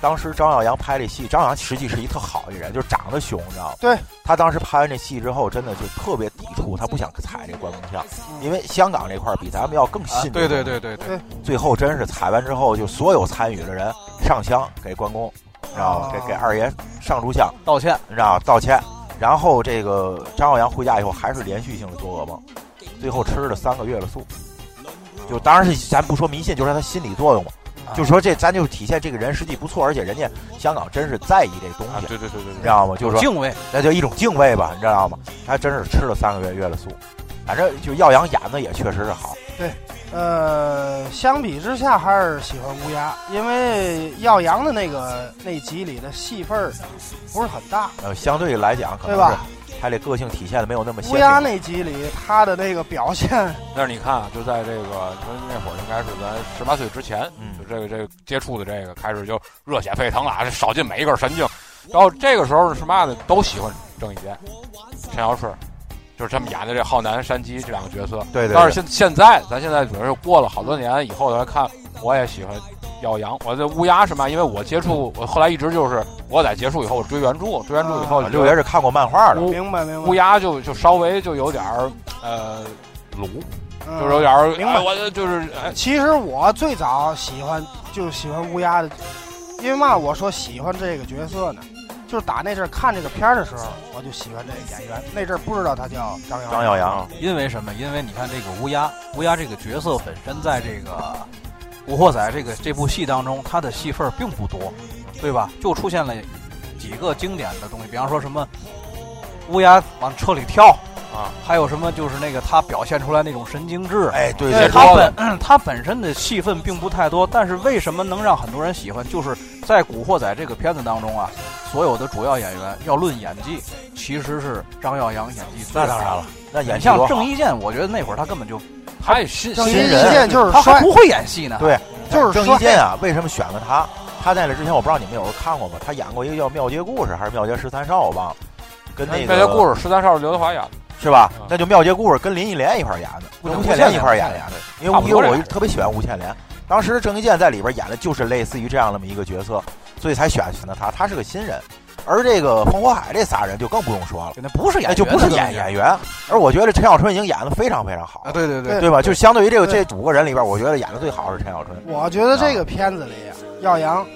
Speaker 1: 当时张耀扬拍这戏，张耀扬实际是一特好一人，就是长得凶，你知道吗？
Speaker 3: 对，
Speaker 1: 他当时拍完这戏之后，真的就特别抵触，他不想踩这关公像，
Speaker 3: 嗯
Speaker 1: 因为香港这块儿比咱们要更
Speaker 4: 啊
Speaker 1: 信、，
Speaker 4: 对对。对对对，
Speaker 1: 最后真是踩完之后，就所有参与的人上香给关公，然后
Speaker 3: 哦
Speaker 1: 给给二爷上炷香，
Speaker 4: 道歉。
Speaker 1: 然后道歉。然后这个张耀扬回家以后还是连续性的做噩梦，最后吃了三个月的素。就当然是咱不说迷信，就说他心理作用嘛，
Speaker 4: 啊
Speaker 1: 就说这咱就体现这个人实际不错，而且人家香港真是在意这东
Speaker 2: 啊
Speaker 1: 西，
Speaker 2: 对对对对
Speaker 1: 你知
Speaker 2: 对，
Speaker 1: 道吗？就是说
Speaker 4: 敬畏，
Speaker 1: 那就一种敬畏吧，你知道吗？他真是吃了三个月月的素，反正就耀扬演的也确实是好。
Speaker 3: 呃，相比之下还是喜欢乌鸦，因为耀阳的那个那集里的戏份儿不是很大，
Speaker 1: 呃，相对来讲，可
Speaker 3: 对
Speaker 1: 能是
Speaker 3: 吧？
Speaker 1: 他这个性体现的没有那么鲜
Speaker 3: 乌鸦
Speaker 1: 明。
Speaker 3: 那集里他的那个表现，
Speaker 2: 但是你看啊，就在这个你说那会儿应该是咱十八岁之前，就
Speaker 1: 嗯，
Speaker 2: 这个这个接触的这个开始就热血沸腾了，啊，这扫尽每一根神经。然后这个时候是嘛呢？都喜欢郑伊健、陈小春，就是他们演的这浩南、山鸡这两个角色。
Speaker 1: 对对
Speaker 2: 但是
Speaker 1: 对，
Speaker 2: 现现在，咱现在比如说过了好多年以后来看，我也喜欢耀阳。我这乌鸦是嘛？因为我接触，我后来一直就是我在结束以后，我追原著，追原著以 后，
Speaker 1: 啊六爷是看过漫画的，
Speaker 2: 乌
Speaker 3: 明白明白
Speaker 2: 乌，鸦就就稍微就有点儿呃鲁，
Speaker 3: 嗯
Speaker 2: 就是有点儿
Speaker 3: 明白
Speaker 2: 哎我就是哎
Speaker 3: 其实我最早喜欢就喜欢乌鸦的，因为嘛，我说喜欢这个角色呢，就是打那阵儿看这个片儿的时候，我就喜欢这个演员。那阵儿不知道他叫张
Speaker 1: 张
Speaker 3: 耀
Speaker 1: 耀扬。
Speaker 4: 因为什么？因为你看这个乌鸦，乌鸦这个角色本身在这个《古惑仔》这个这部戏当中，他的戏份儿并不多，对吧？就出现了几个经典的东西，比方说什么乌鸦往车里跳
Speaker 2: 啊，
Speaker 4: 还有什么就是那个他表现出来那种神经质。
Speaker 1: 哎，对
Speaker 4: 对
Speaker 1: 对
Speaker 2: 解
Speaker 4: 他
Speaker 2: 说
Speaker 4: 本他本身的戏份并不太多，但是为什么能让很多人喜欢？就是在《古惑仔》这个片子当中啊，所有的主要演员要论演技，其实是张耀扬演技最
Speaker 1: 那当然
Speaker 4: 好
Speaker 1: 了，那演
Speaker 4: 你
Speaker 1: 技多
Speaker 4: 像郑
Speaker 1: 好。
Speaker 4: 伊健，我觉得那会儿他根本就
Speaker 2: 太新
Speaker 3: 郑
Speaker 1: 新
Speaker 3: 伊
Speaker 1: 人
Speaker 3: 健就是
Speaker 4: 他还
Speaker 3: 帅，
Speaker 4: 不会演戏呢。
Speaker 1: 对
Speaker 3: 就是
Speaker 1: 郑
Speaker 3: 帅
Speaker 1: 伊健啊，为什么选了他？他在那之前，我不知道你们有没有看过吗？他演过一个叫《庙街故事》还是《庙街十三少》，我忘了，跟那个
Speaker 2: 那些哎故事，十三少是刘德华演的，
Speaker 1: 是吧
Speaker 2: 嗯？
Speaker 1: 那就《庙街故事》跟林忆莲一块儿演的，跟吴倩莲一块儿演的，因为
Speaker 2: 嗯差不
Speaker 1: 因为我
Speaker 2: 多这
Speaker 1: 就
Speaker 2: 样
Speaker 1: 特别喜欢吴倩莲。当时郑伊健在里边演的就是类似于这样那么一个角色，所以才选选的他。他是个新人，而这个冯火海这仨人就更不用说了，
Speaker 4: 那不是演
Speaker 1: 那
Speaker 4: 员，
Speaker 1: 就不是演
Speaker 4: 演
Speaker 1: 演员。而我觉得陈小春已经演的非常非常好
Speaker 4: 啊！，对对对，
Speaker 1: 对吧？就相对于这个这五个人里边，我觉得演的最好是陈小春，
Speaker 3: 我觉得
Speaker 1: 啊
Speaker 3: 这个片子里，耀扬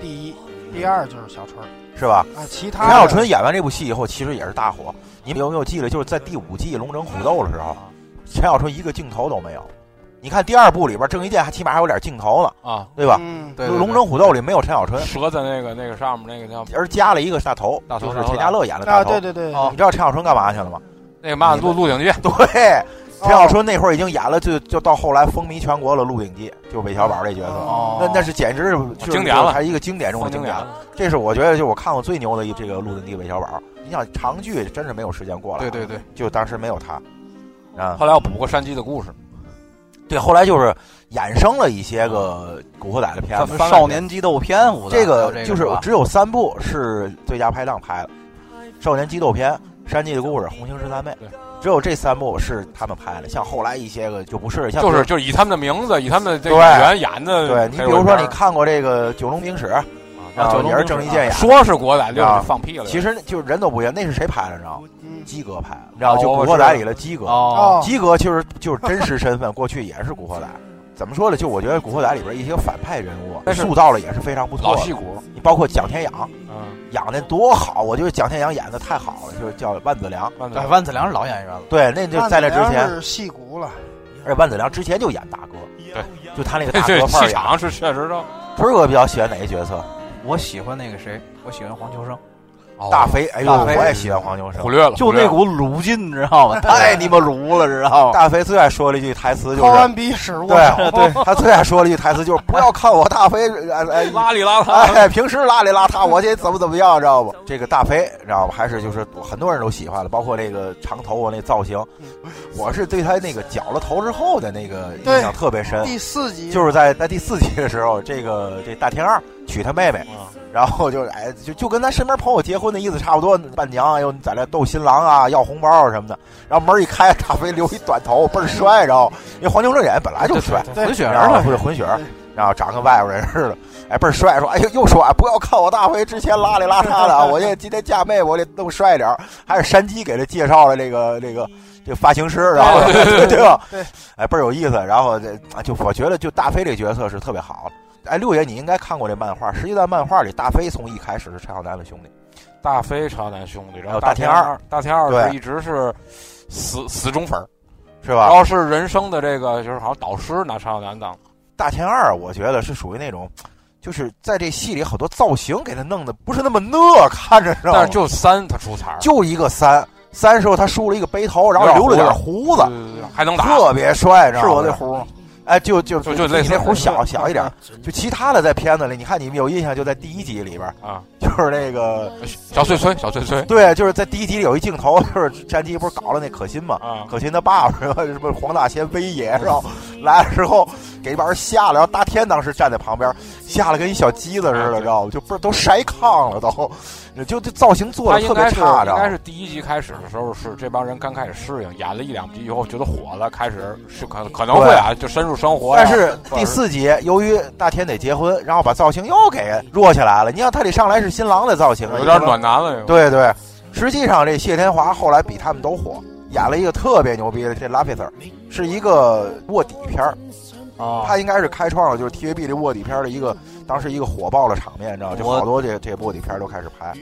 Speaker 3: 第一，第二就是小春儿
Speaker 1: 是吧？
Speaker 3: 啊，其他
Speaker 1: 陈
Speaker 3: 的
Speaker 1: 小春演完这部戏以后，其实也是大火。你们有没有记得，就是在第五季《龙争虎斗》的时候，陈小春一个镜头都没有。你看第二部里边，郑伊健还起码还有点镜头呢，
Speaker 2: 啊，
Speaker 1: 对吧？
Speaker 3: 嗯，
Speaker 4: 对
Speaker 1: 《龙争虎斗》里没有陈小春，
Speaker 2: 蛇在那个那个上面那个叫
Speaker 1: 而加了一个大头，
Speaker 2: 大头
Speaker 1: 就是田家乐演的大
Speaker 3: 啊，
Speaker 1: 头。哦
Speaker 3: 对对对，
Speaker 1: 你知道陈小春干嘛去了吗？
Speaker 2: 那个嘛鹿鹿鼎记，
Speaker 1: 对，陈小春那会儿已经演了，就就到后来风靡全国了，《鹿鼎记》就是韦小宝这角色。
Speaker 4: 哦
Speaker 1: 那那是简直是就是
Speaker 2: 经典了
Speaker 1: 还是一个经典中的
Speaker 2: 风
Speaker 1: 经
Speaker 2: 景
Speaker 1: 典。
Speaker 2: 点。
Speaker 1: 这是我觉得就我看过最牛的一这个《鹿鼎记》韦小宝。你想长剧真是没有时间过来，啊
Speaker 4: 对对对，
Speaker 1: 就当时没有他，啊，
Speaker 2: 后来我补过山鸡的故事，
Speaker 1: 对，后来就是衍生了一些个《古惑仔》的片
Speaker 4: 咱
Speaker 1: 子
Speaker 4: 们，少年激斗篇，我的
Speaker 1: 这
Speaker 4: 还有
Speaker 1: 个
Speaker 4: 这
Speaker 1: 就是
Speaker 4: 吧
Speaker 1: 只有三部是最佳拍档拍的，《少年激斗篇》《山鸡的故事》《红星十三妹》
Speaker 2: 对，
Speaker 1: 只有这三部是他们拍的。像后来一些个就不是，像
Speaker 2: 就是就是以他们的名字，以他们的这个
Speaker 1: 对
Speaker 2: 演员演的
Speaker 1: 对你
Speaker 2: 黑
Speaker 1: 比
Speaker 2: 社会片儿。
Speaker 1: 如说你看过这个《九龙冰史》，
Speaker 2: 啊，
Speaker 1: 啊
Speaker 2: 九龙
Speaker 1: 也是
Speaker 2: 冰
Speaker 1: 郑
Speaker 2: 室
Speaker 1: 伊健演的
Speaker 2: 说是国仔，六
Speaker 1: 啊
Speaker 2: 是放屁了。
Speaker 1: 其实那就是人都不一样，那是谁拍的？你知道吗？
Speaker 3: 嗯，
Speaker 1: 鸡哥拍的，你知道吗就《
Speaker 2: 哦
Speaker 1: 古惑仔》里的鸡哥。
Speaker 4: 哦，
Speaker 1: 鸡哥其实就是真实身份，过去也是古惑仔。怎么说呢？就我觉得《古惑仔》里边一些反派人物
Speaker 2: 但是
Speaker 1: 塑造了也是非常不错
Speaker 2: 老
Speaker 1: 的。
Speaker 2: 戏骨，
Speaker 1: 你包括蒋天养
Speaker 2: 嗯，
Speaker 1: 演的多好，我觉得蒋天养演的太好了，就是叫万子良。
Speaker 2: 万
Speaker 4: 对，
Speaker 2: 能
Speaker 4: 万梓良是老演员了，
Speaker 1: 对，
Speaker 3: 哦
Speaker 1: 那就在那之前，
Speaker 3: 是戏骨了，
Speaker 1: 而且万子良之前就演大哥，
Speaker 2: 对，
Speaker 1: 就他那个
Speaker 2: 这
Speaker 1: 大
Speaker 2: 这
Speaker 1: 哥范
Speaker 2: 气
Speaker 1: 儿演。
Speaker 2: 场是确实的。
Speaker 1: 春儿哥比较喜欢哪个角色？
Speaker 4: 我喜欢那个谁，我喜欢黄秋生，
Speaker 1: 大
Speaker 2: 哦
Speaker 1: 肥，哎呦，
Speaker 4: 大
Speaker 1: 我
Speaker 4: 肥
Speaker 1: 也喜欢黄秋生哎
Speaker 2: 忽。略了，
Speaker 4: 就
Speaker 2: 忽略
Speaker 4: 那
Speaker 2: 了
Speaker 4: 股鲁劲，你知道 吗？太你妈鲁了，知道吗？
Speaker 1: 大肥最爱说了一句台词就
Speaker 3: 抠
Speaker 1: 是，
Speaker 3: 完鼻屎握
Speaker 1: 对
Speaker 3: 手，
Speaker 1: 对，他最爱说了一句台词就是不要看我大肥，哎哎
Speaker 2: 邋里邋遢。
Speaker 1: 哎，平时邋里邋遢，我这怎么怎么样，知道不？这个大飞，知道吧？还是就是很多人都喜欢了，包括这个长头发那造型，我是对他那个绞了头之后的那个印象特别深。
Speaker 3: 第四集
Speaker 1: 就是在在第四集的时候，这个这大天二娶他妹妹，然后就哎就就跟咱身边朋友结婚的意思差不多，伴娘啊又在那逗新郎啊，要红包啊什么的。然后门一开，大飞留一短头，倍儿帅，然后因为黄秋生演本来就帅，
Speaker 3: 对
Speaker 4: 混血
Speaker 1: 然
Speaker 4: 儿
Speaker 1: 后
Speaker 4: 嘛，
Speaker 1: 混混血儿，然后长跟外国人似的，哎，倍儿帅，说哎呦又说哎不要看我大肥之前邋里邋遢的啊，我这今天嫁妹我得弄帅点儿。还是山鸡给他介绍了这个这个这个发型师，然后对吧？
Speaker 3: 对，
Speaker 1: 哎，倍儿有意思。然后这啊就我觉得就大飞这个角色是特别好的。哎，六爷你应该看过这漫画，实际在漫画里大飞从一开始是陈浩南的兄弟，
Speaker 2: 大飞超男兄弟，然
Speaker 1: 还有
Speaker 2: 后
Speaker 1: 大
Speaker 2: 大
Speaker 1: 天
Speaker 2: 天
Speaker 1: 二
Speaker 2: 二，大天二
Speaker 1: 对啊
Speaker 2: 是一直是死死忠粉儿，
Speaker 1: 是
Speaker 2: 然
Speaker 1: 吧？
Speaker 2: 后是人生的这个就是好像导师拿超男当，
Speaker 1: 大天二我觉得是属于那种。就是在这戏里，好多造型给他弄的不是那么讷，看着知道吗
Speaker 2: 但是就三他出彩儿，
Speaker 1: 就一个三，三时候他梳了一个背头，然后留了点胡子
Speaker 2: 对，对对嗯还能打，
Speaker 1: 特别帅，知道
Speaker 4: 是
Speaker 1: 吗
Speaker 4: 我那胡吗？
Speaker 1: 哎，就就
Speaker 2: 就就类
Speaker 1: 你
Speaker 2: 似
Speaker 1: 那胡小小一点，就其他的在片子里，你看你们有印象，就在第一集里边，
Speaker 2: 啊，
Speaker 1: 就是那个
Speaker 2: 小碎碎，小碎碎
Speaker 1: 对，就是在第一集里有一镜头，就是山鸡不是搞了那可心嘛。
Speaker 2: 啊，
Speaker 1: 可心他爸爸是吧？什么黄大仙威爷，然后来了之后给把人吓了，然后大天当时站在旁边，吓了跟一小鸡子似的，知道吗？就不是都筛糠了都，就这造型做
Speaker 2: 他
Speaker 1: 的
Speaker 2: 应
Speaker 1: 特
Speaker 2: 该
Speaker 1: 别
Speaker 2: 是
Speaker 1: 差，知道
Speaker 2: 应该
Speaker 1: 吗？
Speaker 2: 是第一集开始的时候是这帮人刚开始适应，演了一两集以后觉得火了，开始是可可能会啊，就深入生活呀。
Speaker 1: 但是第四集，由于大天得结婚，然后把造型又给弱起来了。你看他得上来是新郎的造型，啊
Speaker 2: 有点暖男了，有
Speaker 1: 对对，实际上这谢天华后来比他们都火，演了一个特别牛逼的这拉菲特，是一个卧底片儿，
Speaker 2: 啊，
Speaker 1: 他应该是开创了就是 TVB 这卧底片儿的一个当时一个火爆的场面，你知道吗？就
Speaker 4: 我
Speaker 1: 好多这这卧底片儿都开始拍。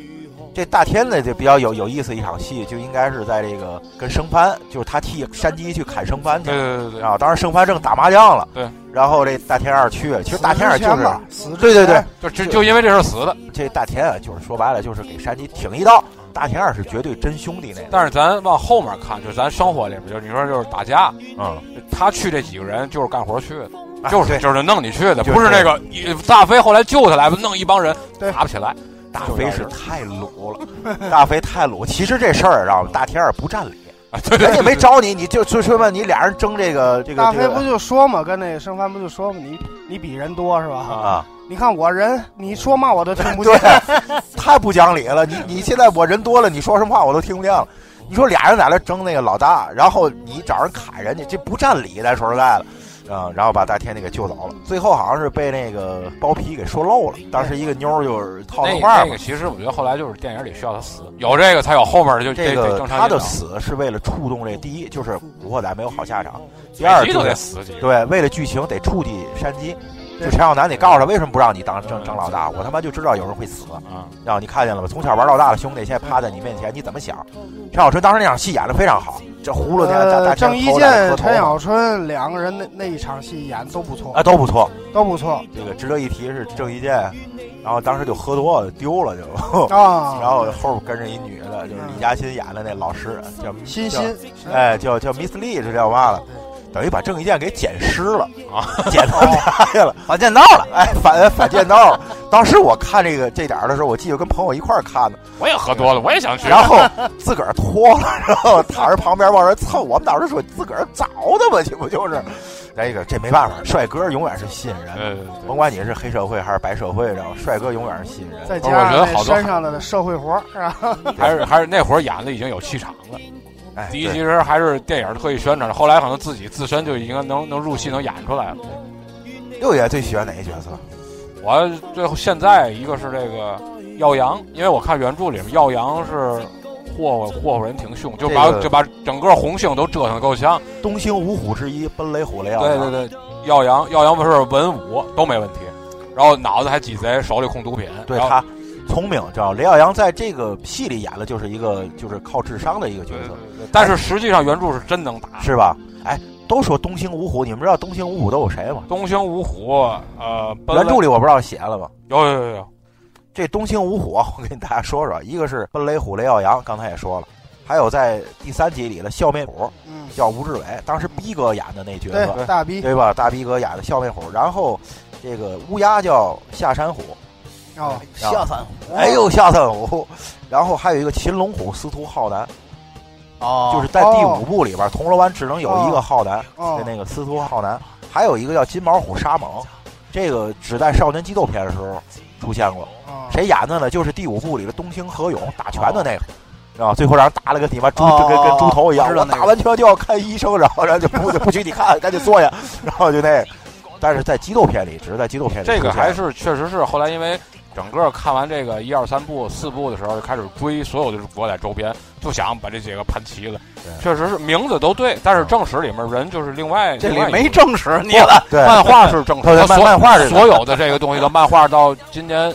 Speaker 1: 这大天呢就比较有有意思一场戏，就应该是在这个跟生番，就是他替山鸡去砍生番去
Speaker 2: 对，对对对
Speaker 1: 然后啊当时生番正打麻将了，
Speaker 2: 对，
Speaker 1: 然后这大天二去，其实大天二就
Speaker 3: 死之前
Speaker 1: 是啊
Speaker 3: 吧，死之啊
Speaker 1: 对对对
Speaker 3: 前，，
Speaker 2: 对，就就就因为这事儿死的。
Speaker 1: 这大天啊，就是说白了就是给山鸡挺一刀，大天二是绝对真兄弟那种，
Speaker 2: 但是咱往后面看，就是咱生活里边，就是你说就是打架，
Speaker 1: 嗯，
Speaker 2: 他去这几个人就是干活去的，
Speaker 1: 啊
Speaker 2: 就是
Speaker 1: 对
Speaker 2: 就是弄你去的，
Speaker 1: 就是
Speaker 2: 不是那个一大飞后来救他来，弄一帮人
Speaker 3: 对
Speaker 2: 打不起来，
Speaker 1: 大飞是太鲁了，大飞太鲁。其实这事儿知道吗？大天儿不占理，
Speaker 2: 啊对
Speaker 1: 人
Speaker 2: 对
Speaker 1: 家没招你，你就就说嘛，你俩人争这个这个
Speaker 3: 大
Speaker 1: 这
Speaker 3: 飞不
Speaker 1: 个
Speaker 3: 就说嘛，跟那个盛帆不就说嘛，你你比人多是吧？
Speaker 1: 啊，
Speaker 3: 你看我人，你说嘛我都听不见
Speaker 1: 对。，太不讲理了。你你现在我人多了，你说什么话我都听不见了。你说俩人在那争那个老大，然后你找人砍人家，这不占理。咱说实在的，啊、然后把大天那给救走了。最后好像是被那个包皮给说漏了，当时一个妞儿就是套
Speaker 2: 那
Speaker 1: 的
Speaker 2: 个
Speaker 1: 话
Speaker 2: 那
Speaker 1: 嘛
Speaker 2: 个。其实我觉得后来就是电影里需要他死，有这个才有后面的就
Speaker 1: 这
Speaker 2: 这
Speaker 1: 个
Speaker 2: 正
Speaker 1: 他
Speaker 2: 常
Speaker 1: 的
Speaker 2: 演
Speaker 1: 死是为了触动这第一，就是古惑仔没有好下场；第
Speaker 2: 讲，
Speaker 1: 二
Speaker 2: 每集
Speaker 1: 就
Speaker 2: 哎都得
Speaker 1: 是
Speaker 2: 死几个。
Speaker 1: 对为了剧情得触及山鸡，就
Speaker 3: 对
Speaker 1: 陈小南得告诉他为什么不让你当正正老大，我他妈就知道有人会死。
Speaker 2: 啊，
Speaker 1: 让你看见了吧？从小玩到大的兄弟，现在趴在你面前，你怎么想？陈小春当时那场戏演的非常好，这葫芦天大
Speaker 3: 呃，
Speaker 1: 大
Speaker 3: 郑伊
Speaker 1: 天头来
Speaker 3: 健、
Speaker 1: 磕头
Speaker 3: 陈小春两个人那那一场戏演的都不错，
Speaker 1: 啊都不错。
Speaker 3: 都不错
Speaker 1: 这个值得一提是郑伊健，然后当时就喝多了丢 了就，
Speaker 3: 啊。
Speaker 1: 然后后边跟着一女的，就是李嘉欣演的那老师叫
Speaker 3: 嗯欣，
Speaker 1: 叫
Speaker 3: 欣，
Speaker 1: 哎叫叫 Miss Lee 是叫嘛了，等于把郑伊健给捡尸了
Speaker 2: 啊，
Speaker 1: 捡到家去
Speaker 3: 哦
Speaker 1: 了。
Speaker 4: 反剑道了，
Speaker 1: 哎，反反剑道了。当时我看这个这点儿的时候，我记得跟朋友一块儿看的。
Speaker 2: 我也喝多了，我也想 去。
Speaker 1: 然后自个儿脱了，然后躺着旁边往人蹭。我们当时说自个儿找的吧，这不就是？再一个，这没办法，帅哥永远是吸引人，
Speaker 2: 呃，
Speaker 1: 甭管你是黑社会还是白社会，然后帅哥永远是吸引人。
Speaker 3: 再
Speaker 2: 不
Speaker 3: 加
Speaker 2: 是我觉得好
Speaker 3: 上那
Speaker 2: 多
Speaker 3: 身上的社会活儿是吧？
Speaker 2: 还是还是那会儿演的已经有气场了。
Speaker 1: 哎，
Speaker 2: 第一
Speaker 1: 对
Speaker 2: 其实还是电影特意宣传的，后来可能自己自身就已经能能入戏能演出来了。
Speaker 1: 六爷最喜欢哪个角色？
Speaker 2: 我最后现在一个是这个耀阳，因为我看原著里面耀阳是霍霍霍霍人挺凶，就把、
Speaker 1: 这个
Speaker 2: 就把整个红杏都折腾得够呛。
Speaker 1: 东兴五虎之一，奔雷虎雷耀
Speaker 2: 对
Speaker 1: 阳。
Speaker 2: 对对，耀阳耀阳不是文武都没问题，然后脑子还鸡贼，手里控毒品，
Speaker 1: 对
Speaker 2: 然后
Speaker 1: 他聪明，知道雷耀阳在这个戏里演的就是一个就是靠智商的一个角
Speaker 2: 对对
Speaker 1: 色，
Speaker 2: 对，但是实际上原著是真能打。
Speaker 1: 是吧？哎，都说东兴五虎，你们知道东兴五虎都有谁吗？
Speaker 2: 东兴五虎，呃，奔
Speaker 1: 原
Speaker 2: 雷
Speaker 1: 著里我不知道写了吗？
Speaker 2: 有有有有，
Speaker 1: 这东兴五虎，啊我跟大家说说，一个是奔雷虎雷耀阳，刚才也说了，还有在第三集里的笑面虎
Speaker 3: 嗯，
Speaker 1: 叫吴志伟，当时逼哥演的那角
Speaker 3: 对
Speaker 1: 色，，
Speaker 3: 大逼
Speaker 1: 对吧？大逼哥演的笑面虎，然后这个乌鸦叫下山虎，
Speaker 3: 哦，
Speaker 1: 下
Speaker 4: 三
Speaker 1: 哎呦下山虎，然后还有一个擒龙虎司徒浩南，
Speaker 4: 哦，
Speaker 1: 就是在第五部里边，铜锣湾只能有一个浩南，
Speaker 3: 哦
Speaker 1: 跟，那个司徒浩南，还有一个叫金毛虎沙猛，这个只在少年激斗片的时候出现过。
Speaker 3: 哦
Speaker 1: 谁演的呢？就是第五部里的东兴何勇打拳的那个，然后最后让人打了个你妈猪，
Speaker 4: 哦
Speaker 1: 就跟跟猪头一样，
Speaker 4: 我知
Speaker 1: 我
Speaker 4: 道那个
Speaker 1: 打完拳就要看医生，然后然后就不就不许你看，赶紧坐下，然后就那个。但是在激斗片里，只是在激斗片里
Speaker 2: 这个
Speaker 1: 出现
Speaker 2: 还是确实是后来因为。整个看完这个一二三部四部的时候，就开始追所有的国仔周边，就想把这几个盘齐了。
Speaker 1: 对
Speaker 2: 确实是名字都对，但是正史里面人就是另外
Speaker 4: 这
Speaker 2: 另
Speaker 4: 里
Speaker 2: 外一
Speaker 4: 没
Speaker 2: 个
Speaker 4: 证实你了，
Speaker 1: 对
Speaker 2: 漫画是正
Speaker 1: 哎对
Speaker 2: 常，
Speaker 1: 漫
Speaker 2: 所
Speaker 1: 漫画是
Speaker 2: 所有的这个东西的漫画到今年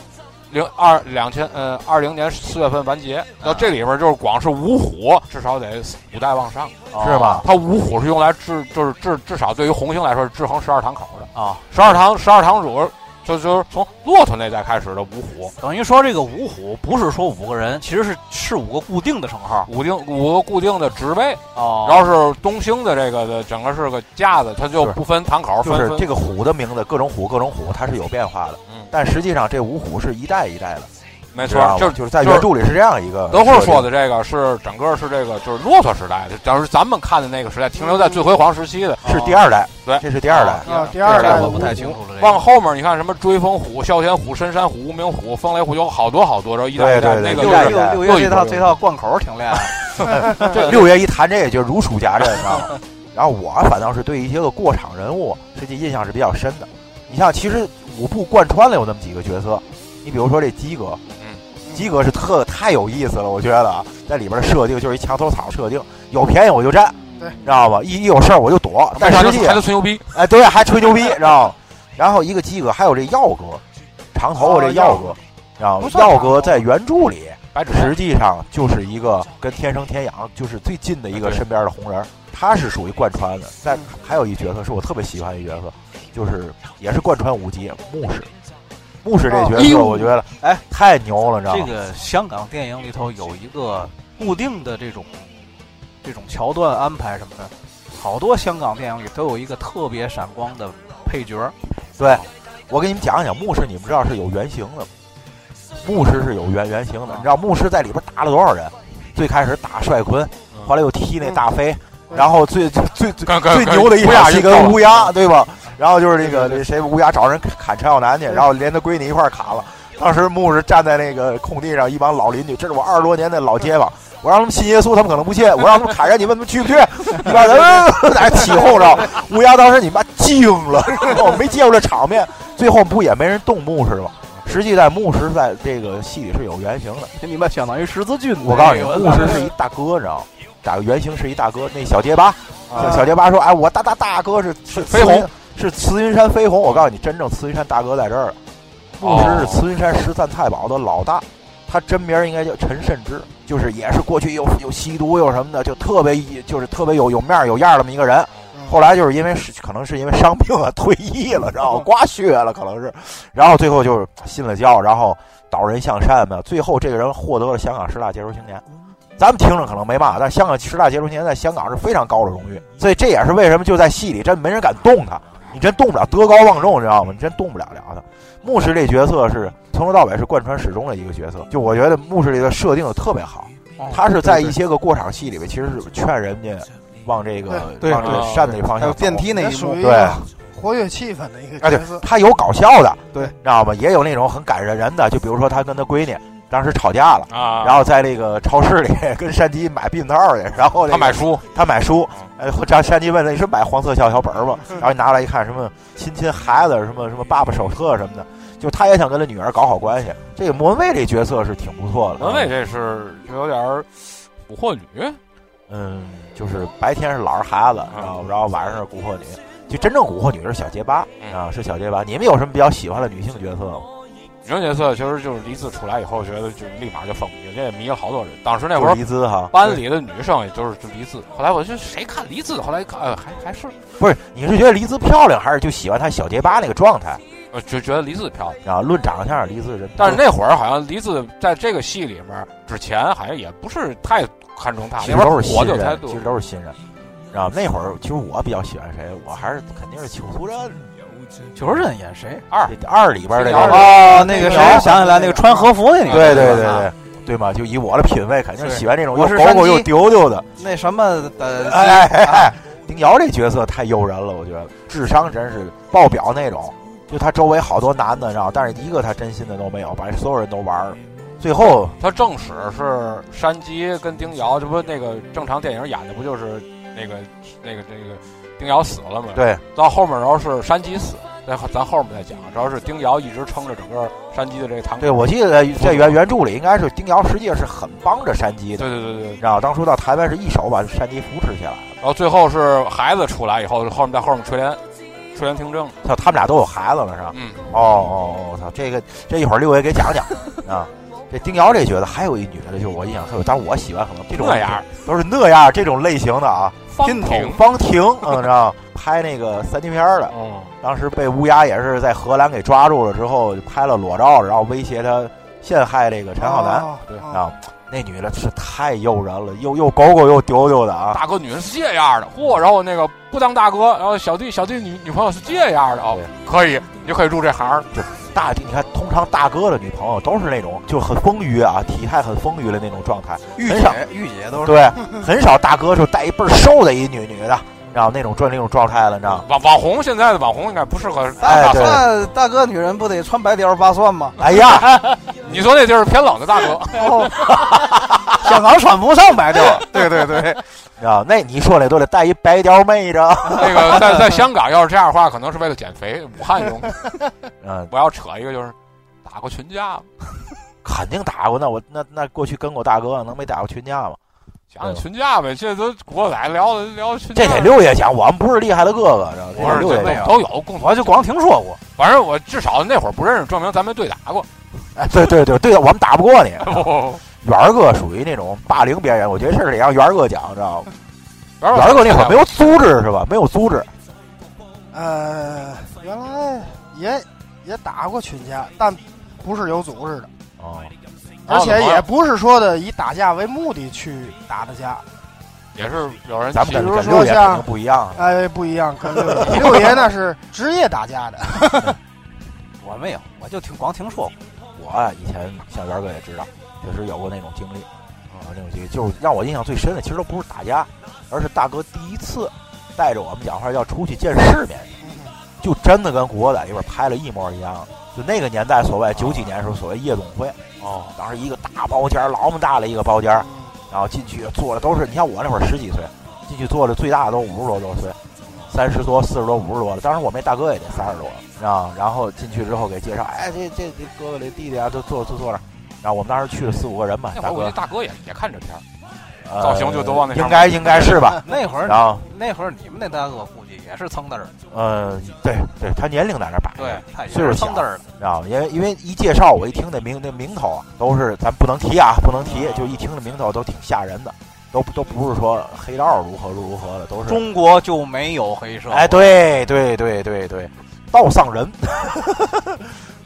Speaker 2: 零二两千呃二零年四月份完结。
Speaker 1: 嗯
Speaker 2: 那这里边就是光是五虎，至少得五代往上，啊
Speaker 4: 哦
Speaker 1: 是吧？
Speaker 2: 它五虎是用来制就是至至少对于红星来说是制衡十二堂口的。
Speaker 4: 啊？
Speaker 2: 十二堂十二堂主就就是从骆驼那代开始的五虎，
Speaker 4: 等于说这个五虎不是说五个人，其实是是五个固定的称号
Speaker 2: 五定五个固定的职位，
Speaker 4: 哦
Speaker 2: 然后是东兴的这个的整个是个架子，它就不分堂口，
Speaker 1: 就
Speaker 2: 分
Speaker 1: 是
Speaker 2: 分
Speaker 1: 这个虎的名字，各种虎，各种虎，它是有变化的。
Speaker 2: 嗯，
Speaker 1: 但实际上，这五虎是一代一代的，
Speaker 2: 没
Speaker 1: 知道吧
Speaker 2: 错，就
Speaker 1: 就是在
Speaker 2: 就是
Speaker 1: 原著里是这样一个。
Speaker 2: 德惠说，的这个是整个是这个就是骆驼时代，当时咱们看的那个时代，停留在最辉煌时期的。
Speaker 1: 是
Speaker 4: 哦
Speaker 1: 第二代，
Speaker 2: 对哦
Speaker 1: 这是第二代。
Speaker 3: 啊第二代
Speaker 4: 我不太清楚了。
Speaker 2: 往后面你看什么追风虎、啸天虎、深山虎、无名虎、风雷虎，有好多好多，然后一代一代
Speaker 1: 对对
Speaker 2: 那
Speaker 1: 对
Speaker 2: 个
Speaker 1: 六六
Speaker 4: 六
Speaker 2: 就是
Speaker 1: 六
Speaker 4: 六六
Speaker 2: 爷
Speaker 4: 爷
Speaker 2: 这
Speaker 4: 这
Speaker 2: 套
Speaker 4: 套
Speaker 2: 这
Speaker 4: 这套贯口挺厉害，
Speaker 1: 六爷一谈这个就如数家珍，你知道吗？然后我反倒是对一些个过场人物，这些印象是比较深的。你像，其实五部贯穿了有那么几个角色，你比如说这鸡哥，
Speaker 2: 嗯，
Speaker 1: 鸡哥是特太有意思了，我觉得啊，在里边的设定就是一墙头草设定，有便宜我就占，
Speaker 3: 对
Speaker 1: 知道吧？一一有事儿我就躲，但
Speaker 2: 为啥
Speaker 1: 实
Speaker 2: 就
Speaker 1: 际
Speaker 2: 还得吹牛逼？
Speaker 1: 哎，对，还吹牛逼，知道吗？然后一个鸡哥，还有这耀哥，长头发这耀哥，然后
Speaker 3: 哦不算
Speaker 1: 耀哥在原著里
Speaker 2: 白纸
Speaker 1: 实际上就是一个跟天生天养就是最近的一
Speaker 4: 啊
Speaker 1: 个
Speaker 2: 对
Speaker 1: 身边的红人儿，他是属于贯穿的。但
Speaker 3: 嗯
Speaker 1: 还有一角色是我特别喜欢一角色，就是也是贯穿五集牧师。牧师这
Speaker 3: 哦
Speaker 1: 角
Speaker 2: 哎
Speaker 1: 色，
Speaker 2: 呦
Speaker 1: 我觉得
Speaker 4: 哎
Speaker 1: 太牛了，你知道
Speaker 4: 这
Speaker 1: 吗？
Speaker 4: 个香港电影里头有一个固定的这种这种桥段安排什么的，好多香港电影里都有一个特别闪光的配配角儿，
Speaker 1: 对，我给你们讲讲，牧师你们知道是有原型的吗？牧师是有原原型的，
Speaker 4: 啊
Speaker 1: 你知道牧师在里边打了多少人？最开始打帅坤，
Speaker 4: 嗯
Speaker 1: 后来又踢那大飞，
Speaker 3: 嗯
Speaker 1: 然后最最最最
Speaker 2: 跟跟
Speaker 1: 最牛的一
Speaker 2: 乌
Speaker 1: 场
Speaker 2: 鸦
Speaker 1: 戏
Speaker 2: 一
Speaker 1: 跟乌
Speaker 2: 鸦
Speaker 1: 鸦，对吧？然后就是那个那谁乌鸦找人砍陈小南去，然后连他闺女一块儿砍了。当时牧师站在那个空地上，一帮老邻居，这是我二十多年的老街坊，我让他们信耶稣，他们可能不信；我让他们砍人，你问他们去不去？一帮 人呃在那起哄着。乌鸦当时你妈惊了，我没见过这场面。最后不也没人动牧师吗？实际在牧师在这个戏里是有原型的。
Speaker 4: 你们相当于十字哎军。
Speaker 1: 我告诉你，
Speaker 4: 这个
Speaker 1: 牧师是一大哥，你知道吗？打个原型是一大哥，那小结巴，
Speaker 3: 啊
Speaker 1: 小结巴说：“哎，我大大大哥是是
Speaker 2: 飞鸿
Speaker 1: 慈云，是慈云山飞鸿。”我告诉你，真正慈云山大哥在这儿了。牧师是慈云山十三太保的老大，他真名儿应该叫陈慎之，就是也是过去有有吸毒有什么的，就特别就是特别有有面儿有样儿那么一个人。
Speaker 3: 哦嗯
Speaker 1: 后来就是因为是可能是因为伤病啊退役了，然后刮血了，可能是，然后最后就是信了教，然后导人向善嘛。最后这个人获得了香港十大杰出青年。咱们听着可能没嘛，但香港十大杰出青年在香港是非常高的荣誉，所以这也是为什么就在戏里真没人敢动他，你真动不了，德高望重，你知道吗？你真动不了了他。牧师这角色是从头到尾是贯穿始终的一个角色，就我觉得牧师这个设定的特别好，
Speaker 4: 哎
Speaker 2: 哦
Speaker 1: 他是在一些个过场戏里面，其实是劝人家往这个
Speaker 4: 对
Speaker 1: 往这个
Speaker 2: 对
Speaker 1: 善的方
Speaker 5: 还有
Speaker 1: 向走。
Speaker 5: 电梯那
Speaker 3: 那
Speaker 5: 一
Speaker 3: 属
Speaker 5: 幕
Speaker 3: 于，一
Speaker 1: 对
Speaker 3: 个活跃气氛的一个
Speaker 1: 啊，对
Speaker 3: 角色，，
Speaker 1: 他有搞笑的，
Speaker 5: 对
Speaker 1: 知道吗？也有那种很感人的，就比如说他跟他闺女当时吵架了，
Speaker 2: 啊，
Speaker 1: 然后在那个超市里跟山鸡买避孕套去，然后那个
Speaker 2: 他买书，嗯
Speaker 1: 他买书，呃，张山鸡问他你是买黄色小小本儿吗？
Speaker 5: 嗯
Speaker 1: 然后你拿来一看，什么亲亲孩子，什么什么爸爸手册什么的，就他也想跟他女儿搞好关系。这个莫文蔚这角色是挺不错的，
Speaker 2: 文蔚这是有点儿蛊惑女，
Speaker 1: 嗯，就是白天是老实孩子，然后然后晚上是蛊惑女，就真正蛊惑女是小结巴
Speaker 2: 嗯
Speaker 1: 啊，是小结巴。你们有什么比较喜欢的女性角色吗？
Speaker 2: 女性角色其实就是离子出来以后，觉得就立马就风靡，这也迷了好多人。当时那会
Speaker 1: 就是
Speaker 2: 儿
Speaker 1: 黎姿哈，
Speaker 2: 哎班里的女生也就是就离子，后来我就谁看离子，后来一看，呃，还还是
Speaker 1: 不是，你是觉得黎姿漂亮，还是就喜欢她小结巴那个状态
Speaker 2: 呃就觉得离子漂亮。
Speaker 1: 啊？论长相，黎姿人，
Speaker 2: 但是那会儿好像离子在这个戏里面之前好像也不是太看重她，
Speaker 1: 其
Speaker 2: 那
Speaker 1: 实
Speaker 2: 会
Speaker 1: 都
Speaker 2: 儿
Speaker 1: 是
Speaker 2: 火
Speaker 1: 新
Speaker 2: 就太
Speaker 1: 人，
Speaker 2: 多
Speaker 1: 其。实都是新人。然后那会儿，其实我比较喜欢谁，我还是肯定是邱淑贞。
Speaker 4: 九十人演谁？
Speaker 1: 这二里边儿这
Speaker 2: 二
Speaker 1: 啊个，
Speaker 4: 哦，那
Speaker 3: 个
Speaker 4: 个
Speaker 3: 谁
Speaker 4: 谁，想
Speaker 3: 想起
Speaker 4: 起来
Speaker 3: 来
Speaker 4: 那
Speaker 3: 那个
Speaker 4: 个穿
Speaker 3: 穿
Speaker 4: 和服的那个，
Speaker 1: 对对对
Speaker 2: 啊
Speaker 1: 对，对嘛？就以我的品味，肯定是喜欢这种又
Speaker 4: 我是
Speaker 1: 狗狗
Speaker 4: 山
Speaker 1: 又
Speaker 4: 鸡
Speaker 1: 丢丢的。
Speaker 4: 那什么的，呃
Speaker 1: 哎哎哎，丁瑶这角色太诱人了，我觉得智商真是爆表那种。就他周围好多男的，然后但是一个他真心的都没有，把所有人都玩儿了。最后
Speaker 2: 她正史是山鸡跟丁瑶，这不那个正常电影演的不就是那个那个那个丁瑶死了吗？
Speaker 1: 对
Speaker 2: 到后面然后是山鸡死，咱咱后面再讲。主要是丁瑶一直撑着整个山鸡的这个堂口。
Speaker 1: 对，我记得在原原著里应该是丁瑶，实际上是很帮着山鸡的。
Speaker 2: 对对对对。
Speaker 1: 然后当初到台湾是一手把山鸡扶持起来了。
Speaker 2: 然后最后是孩子出来以后，后面在后面垂帘垂帘听政。
Speaker 1: 操，他们俩都有孩子了是吧？
Speaker 2: 嗯，
Speaker 1: 哦哦哦，操，这个这一会儿六爷给讲讲啊。这丁瑶这角色还有一女的，就是我印象特别，但是我喜欢可能这种
Speaker 2: 那样
Speaker 1: 都是那样这种类型的啊。
Speaker 2: 方
Speaker 5: 听
Speaker 2: 挺
Speaker 5: 筒。
Speaker 1: 方婷，嗯，知道吗拍那个三级片儿的，
Speaker 2: 嗯，
Speaker 1: 当时被乌鸦也是在荷兰给抓住了之后，就拍了裸照，然后威胁他陷害这个陈浩南。
Speaker 3: 哦
Speaker 2: 对
Speaker 3: 哦
Speaker 1: 啊，那女的是太诱人了，又又狗狗又丢丢的啊！
Speaker 2: 大哥女人是这样的，嚯！然后那个不当大哥，然后小弟小弟女女朋友是这样的哦，可以，你就可以入这行儿。
Speaker 1: 大你看，通常大哥的女朋友都是那种就很丰腴啊，体态很丰腴的那种状态，
Speaker 4: 御
Speaker 1: 很少
Speaker 4: 姐御姐都是
Speaker 1: 对，很少大哥就带一倍儿瘦的一女女的，然后那种转那种状态了，你知道吗？
Speaker 2: 网网红现在的网红应该不适合啊当
Speaker 1: 啊哎
Speaker 2: 大
Speaker 1: 对
Speaker 2: 哥。
Speaker 4: 那大哥女人不得穿白貂儿扒蒜吗？
Speaker 1: 哎呀，
Speaker 2: 你说那地儿偏冷的 大哥，
Speaker 4: 香港穿不上白貂儿，
Speaker 5: 对对对，
Speaker 1: 啊，那你说那都得带一白貂妹着，
Speaker 2: 那个 在在香港要是这样的话，可能是为了减肥。武 汉用，
Speaker 1: 嗯，
Speaker 2: 我要扯一个就是打过群架吗，
Speaker 1: 肯定打过。那我那那过去跟过大哥，啊能没打过群架
Speaker 3: 嗯
Speaker 1: 吗？
Speaker 2: 讲讲群架呗，这都国仔聊聊群架。
Speaker 1: 哎这得六爷讲，我们不是厉害的哥哥，知道吗
Speaker 2: 不是
Speaker 1: 这得六
Speaker 2: 这
Speaker 1: 爷
Speaker 4: 对
Speaker 1: 讲。
Speaker 2: 都都有共同，
Speaker 4: 我就光听说过。
Speaker 2: 反正我至少那会儿不认识，证明咱没对打 过。
Speaker 1: 哎，对对对对，我们打不过你。
Speaker 2: 哦，
Speaker 1: 元儿哥属于那种霸凌别人，我觉得这事得让元儿哥讲，知道吗？
Speaker 2: 元
Speaker 3: 嗯
Speaker 1: 元儿哥那会儿没有组织是吧？没有组织，
Speaker 3: 呃，原来也也打过群架，但不是有组织的，
Speaker 1: 哦，
Speaker 3: 而且
Speaker 2: 怎么
Speaker 3: 也
Speaker 2: 了
Speaker 3: 不是说的以打架为目的去打的架，
Speaker 2: 也是有人
Speaker 1: 咱们
Speaker 2: 起
Speaker 1: 跟
Speaker 3: 比如
Speaker 1: 跟
Speaker 3: 说
Speaker 1: 六爷肯定
Speaker 3: 像
Speaker 1: 不一样啊。
Speaker 3: 哎，不一样，跟六爷六爷那是职业打架的，
Speaker 4: 我没有，我就听光听说过。
Speaker 1: 我啊以前像元哥也知道，确实有过那种经历，啊、那种经历就是让我印象最深的，其实都不是打架，而是大哥第一次带着我们讲话要出去见世面，就真的跟国在里边拍了一模一样。就那个年代，所谓九几年的时候，所谓夜总会，
Speaker 2: 哦，
Speaker 1: 当时一个大包间儿，老么大的一个包间儿，然后进去坐的都是，你像我那会儿十几岁，进去坐的最大的都五十多多岁，三十多、四十多、五十多了。当时我那大哥也得三十多了啊。然后进去之后给介绍，哎，这这这哥哥这弟弟啊，都坐坐坐那儿。然后我们当时去了四五个人吧，
Speaker 2: 那会
Speaker 1: 大
Speaker 2: 儿哎我
Speaker 1: 哥
Speaker 2: 那大哥也也看这片儿，
Speaker 1: 呃
Speaker 2: 造型就都往那上嗯
Speaker 1: 应该应该是吧。啊
Speaker 4: 那会
Speaker 1: 然
Speaker 4: 儿，
Speaker 1: 后，
Speaker 4: 那会儿你们那大哥估计也是蹭嘚儿，
Speaker 1: 嗯，对对，他年龄在那儿摆着，
Speaker 4: 对，他也
Speaker 1: 岁数
Speaker 4: 是蹭
Speaker 1: 小
Speaker 4: 嘚儿的。
Speaker 1: 知道吗？因为因为一介绍，我一听那名那名头啊，都是咱不能提啊，不能提，就一听这名头都挺吓人的，都不都不是说黑道如何如何的，都是
Speaker 4: 中国就没有黑社会，
Speaker 1: 啊哎，对对对对对，道上人，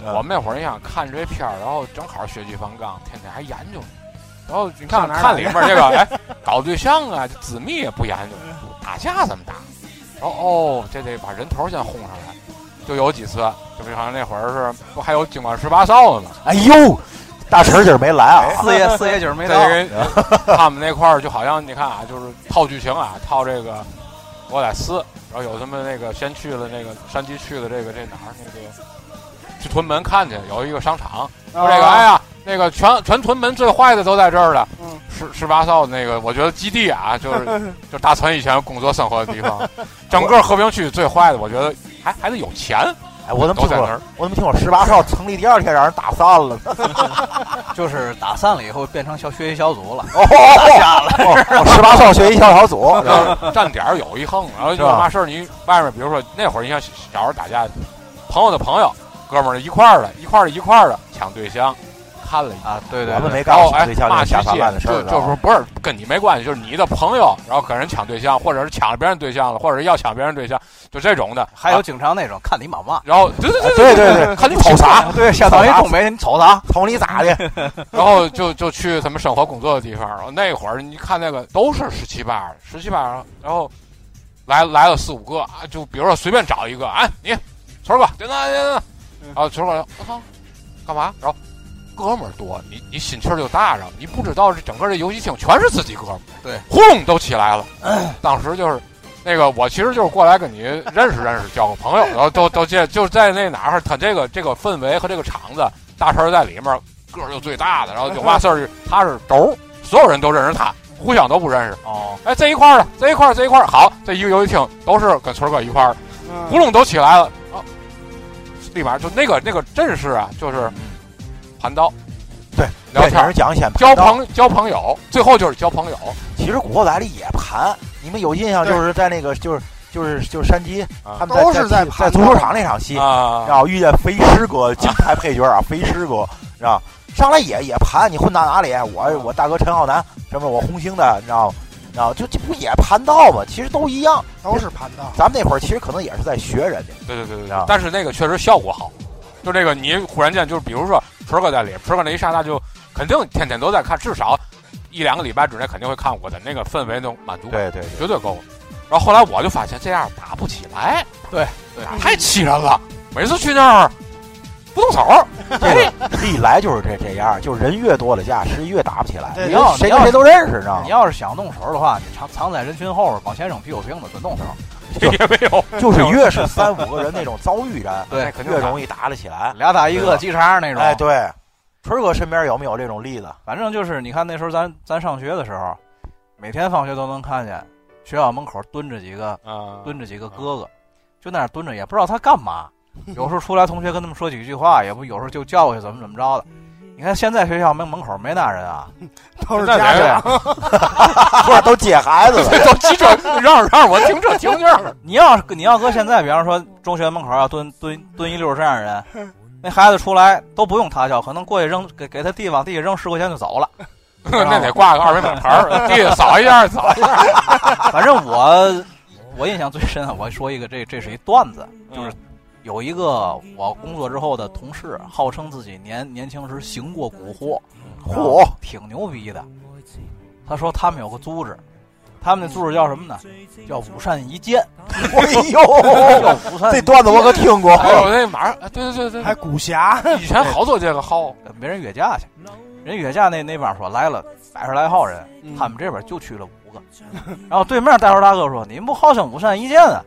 Speaker 1: 嗯
Speaker 2: 我们那会儿你想看这片儿，然后正好血气方刚，天天还研究。然后你
Speaker 3: 上
Speaker 2: 看
Speaker 3: 哪儿
Speaker 2: 看里面这个，哎，搞对象啊，这紫蜜也不研究，打架怎么打？然后哦，这得把人头先轰上来。就有几次，就比方说那会儿是不还有警官十八哨呢嘛？
Speaker 1: 哎呦，大陈儿今儿没来啊，
Speaker 4: 四爷四爷就是没到，
Speaker 2: 这个他们那块儿就好像你看啊，就是套剧情啊，套这个我在撕，然后有他们那个先去了那个山鸡去了这个这哪儿那个去屯门看去，有一个商场，
Speaker 3: 这
Speaker 2: 说这个，哎呀，那个全全屯门最坏的都在这儿了
Speaker 3: 嗯，
Speaker 2: 十十八哨那个，我觉得基地啊，就是就是大陈以前工作生活的地方，整个和平区最坏的，我觉得还还得有钱，
Speaker 1: 哎，我怎么
Speaker 2: 都
Speaker 1: 听
Speaker 2: 在那
Speaker 1: 我
Speaker 2: 儿，
Speaker 1: 我怎么听我十八少成立第二天让人打散了呢？
Speaker 4: 就是打散了以后变成小学习小组了。
Speaker 1: 哦，哦十八少学习小小组，是吧
Speaker 2: 就是站点儿有一横，然后
Speaker 1: 是
Speaker 2: 有
Speaker 1: 吧
Speaker 2: 嘛事儿你外面，比如说那会儿你像小小时候打架，朋友的朋友，哥们儿一块儿的，一块儿的，一块儿的抢对象，看了一。
Speaker 4: 啊，对对
Speaker 1: 我们
Speaker 4: 对，
Speaker 1: 没
Speaker 2: 然
Speaker 1: 干
Speaker 2: 后
Speaker 1: 过
Speaker 2: 哎
Speaker 1: 对，象
Speaker 2: 骂
Speaker 1: 那
Speaker 2: 脾
Speaker 1: 下
Speaker 2: 气
Speaker 1: 三滥的，事
Speaker 2: 就
Speaker 1: 儿，
Speaker 2: 就是说不是跟你没关系，就是你的朋友，然后跟人抢对象，或者是抢了别人对象了，或者是要抢别人对象，就这种的。
Speaker 4: 还有经常那种看你妈妈，
Speaker 2: 然后对对对
Speaker 1: 啊对对 对，
Speaker 2: 看你
Speaker 1: 瞅啥？对，下
Speaker 4: 相
Speaker 1: 当
Speaker 4: 当于
Speaker 1: 于
Speaker 4: 东北人，你瞅啥？
Speaker 1: 瞅你咋的？
Speaker 2: 然后就就去他们生活工作的地方。然后那会儿你看那个都是十七八，十七八，然后来来了四五个啊，就比如说随便找一个，哎，你村儿哥，对那对那，然后啊村儿哥，我操，干嘛？然后哥们儿多，你你心气儿就大着，你不知道这整个这游戏厅全是自己哥们儿，
Speaker 4: 对，
Speaker 2: 轰隆都起来了。 当时就是。那个，我其实就是过来跟你认识认识，交个朋友，然后都都这就在那哪儿，他这个这个氛围和这个场子，大神儿在里面，个儿又最大的，然后有嘛事儿他是轴儿，所有人都认识他，互相都不认识。
Speaker 4: 哦，
Speaker 2: 哎，这一块儿的，这一块儿，这一块儿好，这一个游戏厅都是跟村儿哥一块儿，
Speaker 3: 嗯
Speaker 2: 咕隆都起来了，啊，立马就那个那个阵势啊，就是盘刀，
Speaker 1: 对，
Speaker 2: 聊天
Speaker 1: 跟
Speaker 2: 儿
Speaker 1: 人讲先
Speaker 2: 交朋交朋友，最后就是交朋友，
Speaker 1: 其实《古惑仔》里也盘，你们有印象就是在那个就是就是就是山鸡，
Speaker 2: 啊
Speaker 1: 他们在
Speaker 3: 都是
Speaker 1: 在在
Speaker 3: 在盘
Speaker 1: 足球场那场戏，
Speaker 2: 啊，
Speaker 1: 然后遇见飞师哥金牌配角啊，飞师哥，你知道上来也也盘你混到哪里？啊我我大哥陈浩南，什么我红星的，你知道吗？然后就这不也盘道吗？其实都一样。
Speaker 3: 都是盘道，
Speaker 1: 咱们那会儿其实可能也是在学人家，
Speaker 2: 对对对对
Speaker 1: 啊
Speaker 2: 对，但是那个确实效果好，就这个你忽然间就是，比如说春儿哥在里，春儿哥那一刹那就肯定天天都在看，至少一两个礼拜之内肯定会看我的那个氛围能满足感。
Speaker 1: 对对对，
Speaker 2: 绝对够。然后后来我就发现这样打不起来，
Speaker 4: 对对
Speaker 2: 打
Speaker 3: 嗯
Speaker 2: 太气人了。每次去那儿不动手儿，
Speaker 1: 这个历来就是这这样，就是人越多的架，是越打不起来。
Speaker 3: 对
Speaker 1: 你要
Speaker 4: 你要
Speaker 1: 谁跟谁都认识，你知道吗
Speaker 4: 哦你？要是想动手的话，你藏藏在人群后边，往前扔啤酒瓶子，准动手。
Speaker 2: 也没有，
Speaker 1: 就是越是三五个人那种遭遇战，
Speaker 4: 对，
Speaker 2: 肯定
Speaker 1: 越
Speaker 2: 打
Speaker 1: 容易打得起来。
Speaker 4: 俩打一个击叉那种。
Speaker 1: 哎，对，春哥身边有没有这种例子？
Speaker 4: 反正就是你看那时候咱咱上学的时候，每天放学都能看见学校门口蹲着几个
Speaker 1: 嗯
Speaker 2: 啊
Speaker 4: 蹲着几个哥哥，就那儿蹲着，也不知道他 干嘛。有时候出来，同学跟他们说几句话，也不有时候就叫过去怎么怎么着的。你看现在学校门门口没那人啊，
Speaker 3: 都 是
Speaker 2: 那
Speaker 3: 家
Speaker 2: 人
Speaker 3: 长。
Speaker 1: 不是都接孩子了？
Speaker 2: 都急着让让我停这停 这，
Speaker 4: 你要是你要搁现在，比方说中学门口要蹲蹲蹲一溜这样人，那孩子出来都不用他叫，可能过去扔给给他弟往地下扔十块钱就走了。
Speaker 2: 那得挂个二维码牌儿，地下扫一下 扫一下。
Speaker 4: 反正我我印象最深啊，我说一个这这是一段子，就是有一个我工作之后的同事，号称自己年年轻时行
Speaker 1: 嗯
Speaker 4: 过蛊惑，
Speaker 1: 嚯，
Speaker 4: 挺牛逼的。他说他们有个组织，他们的组织叫什么呢？叫五善一见，
Speaker 1: 哎
Speaker 4: 叫
Speaker 1: 呦，
Speaker 4: 五善
Speaker 1: 这段子我可听过。
Speaker 2: 哎呦，那马上，哎对对对
Speaker 3: 还古侠，
Speaker 2: 对，以前好多这个号，
Speaker 4: 呃没人约架去，人约架那那帮说来了百十来号人，他们这边就去了五个， 然后对面带头大哥说：“你们不好生五善一见啊？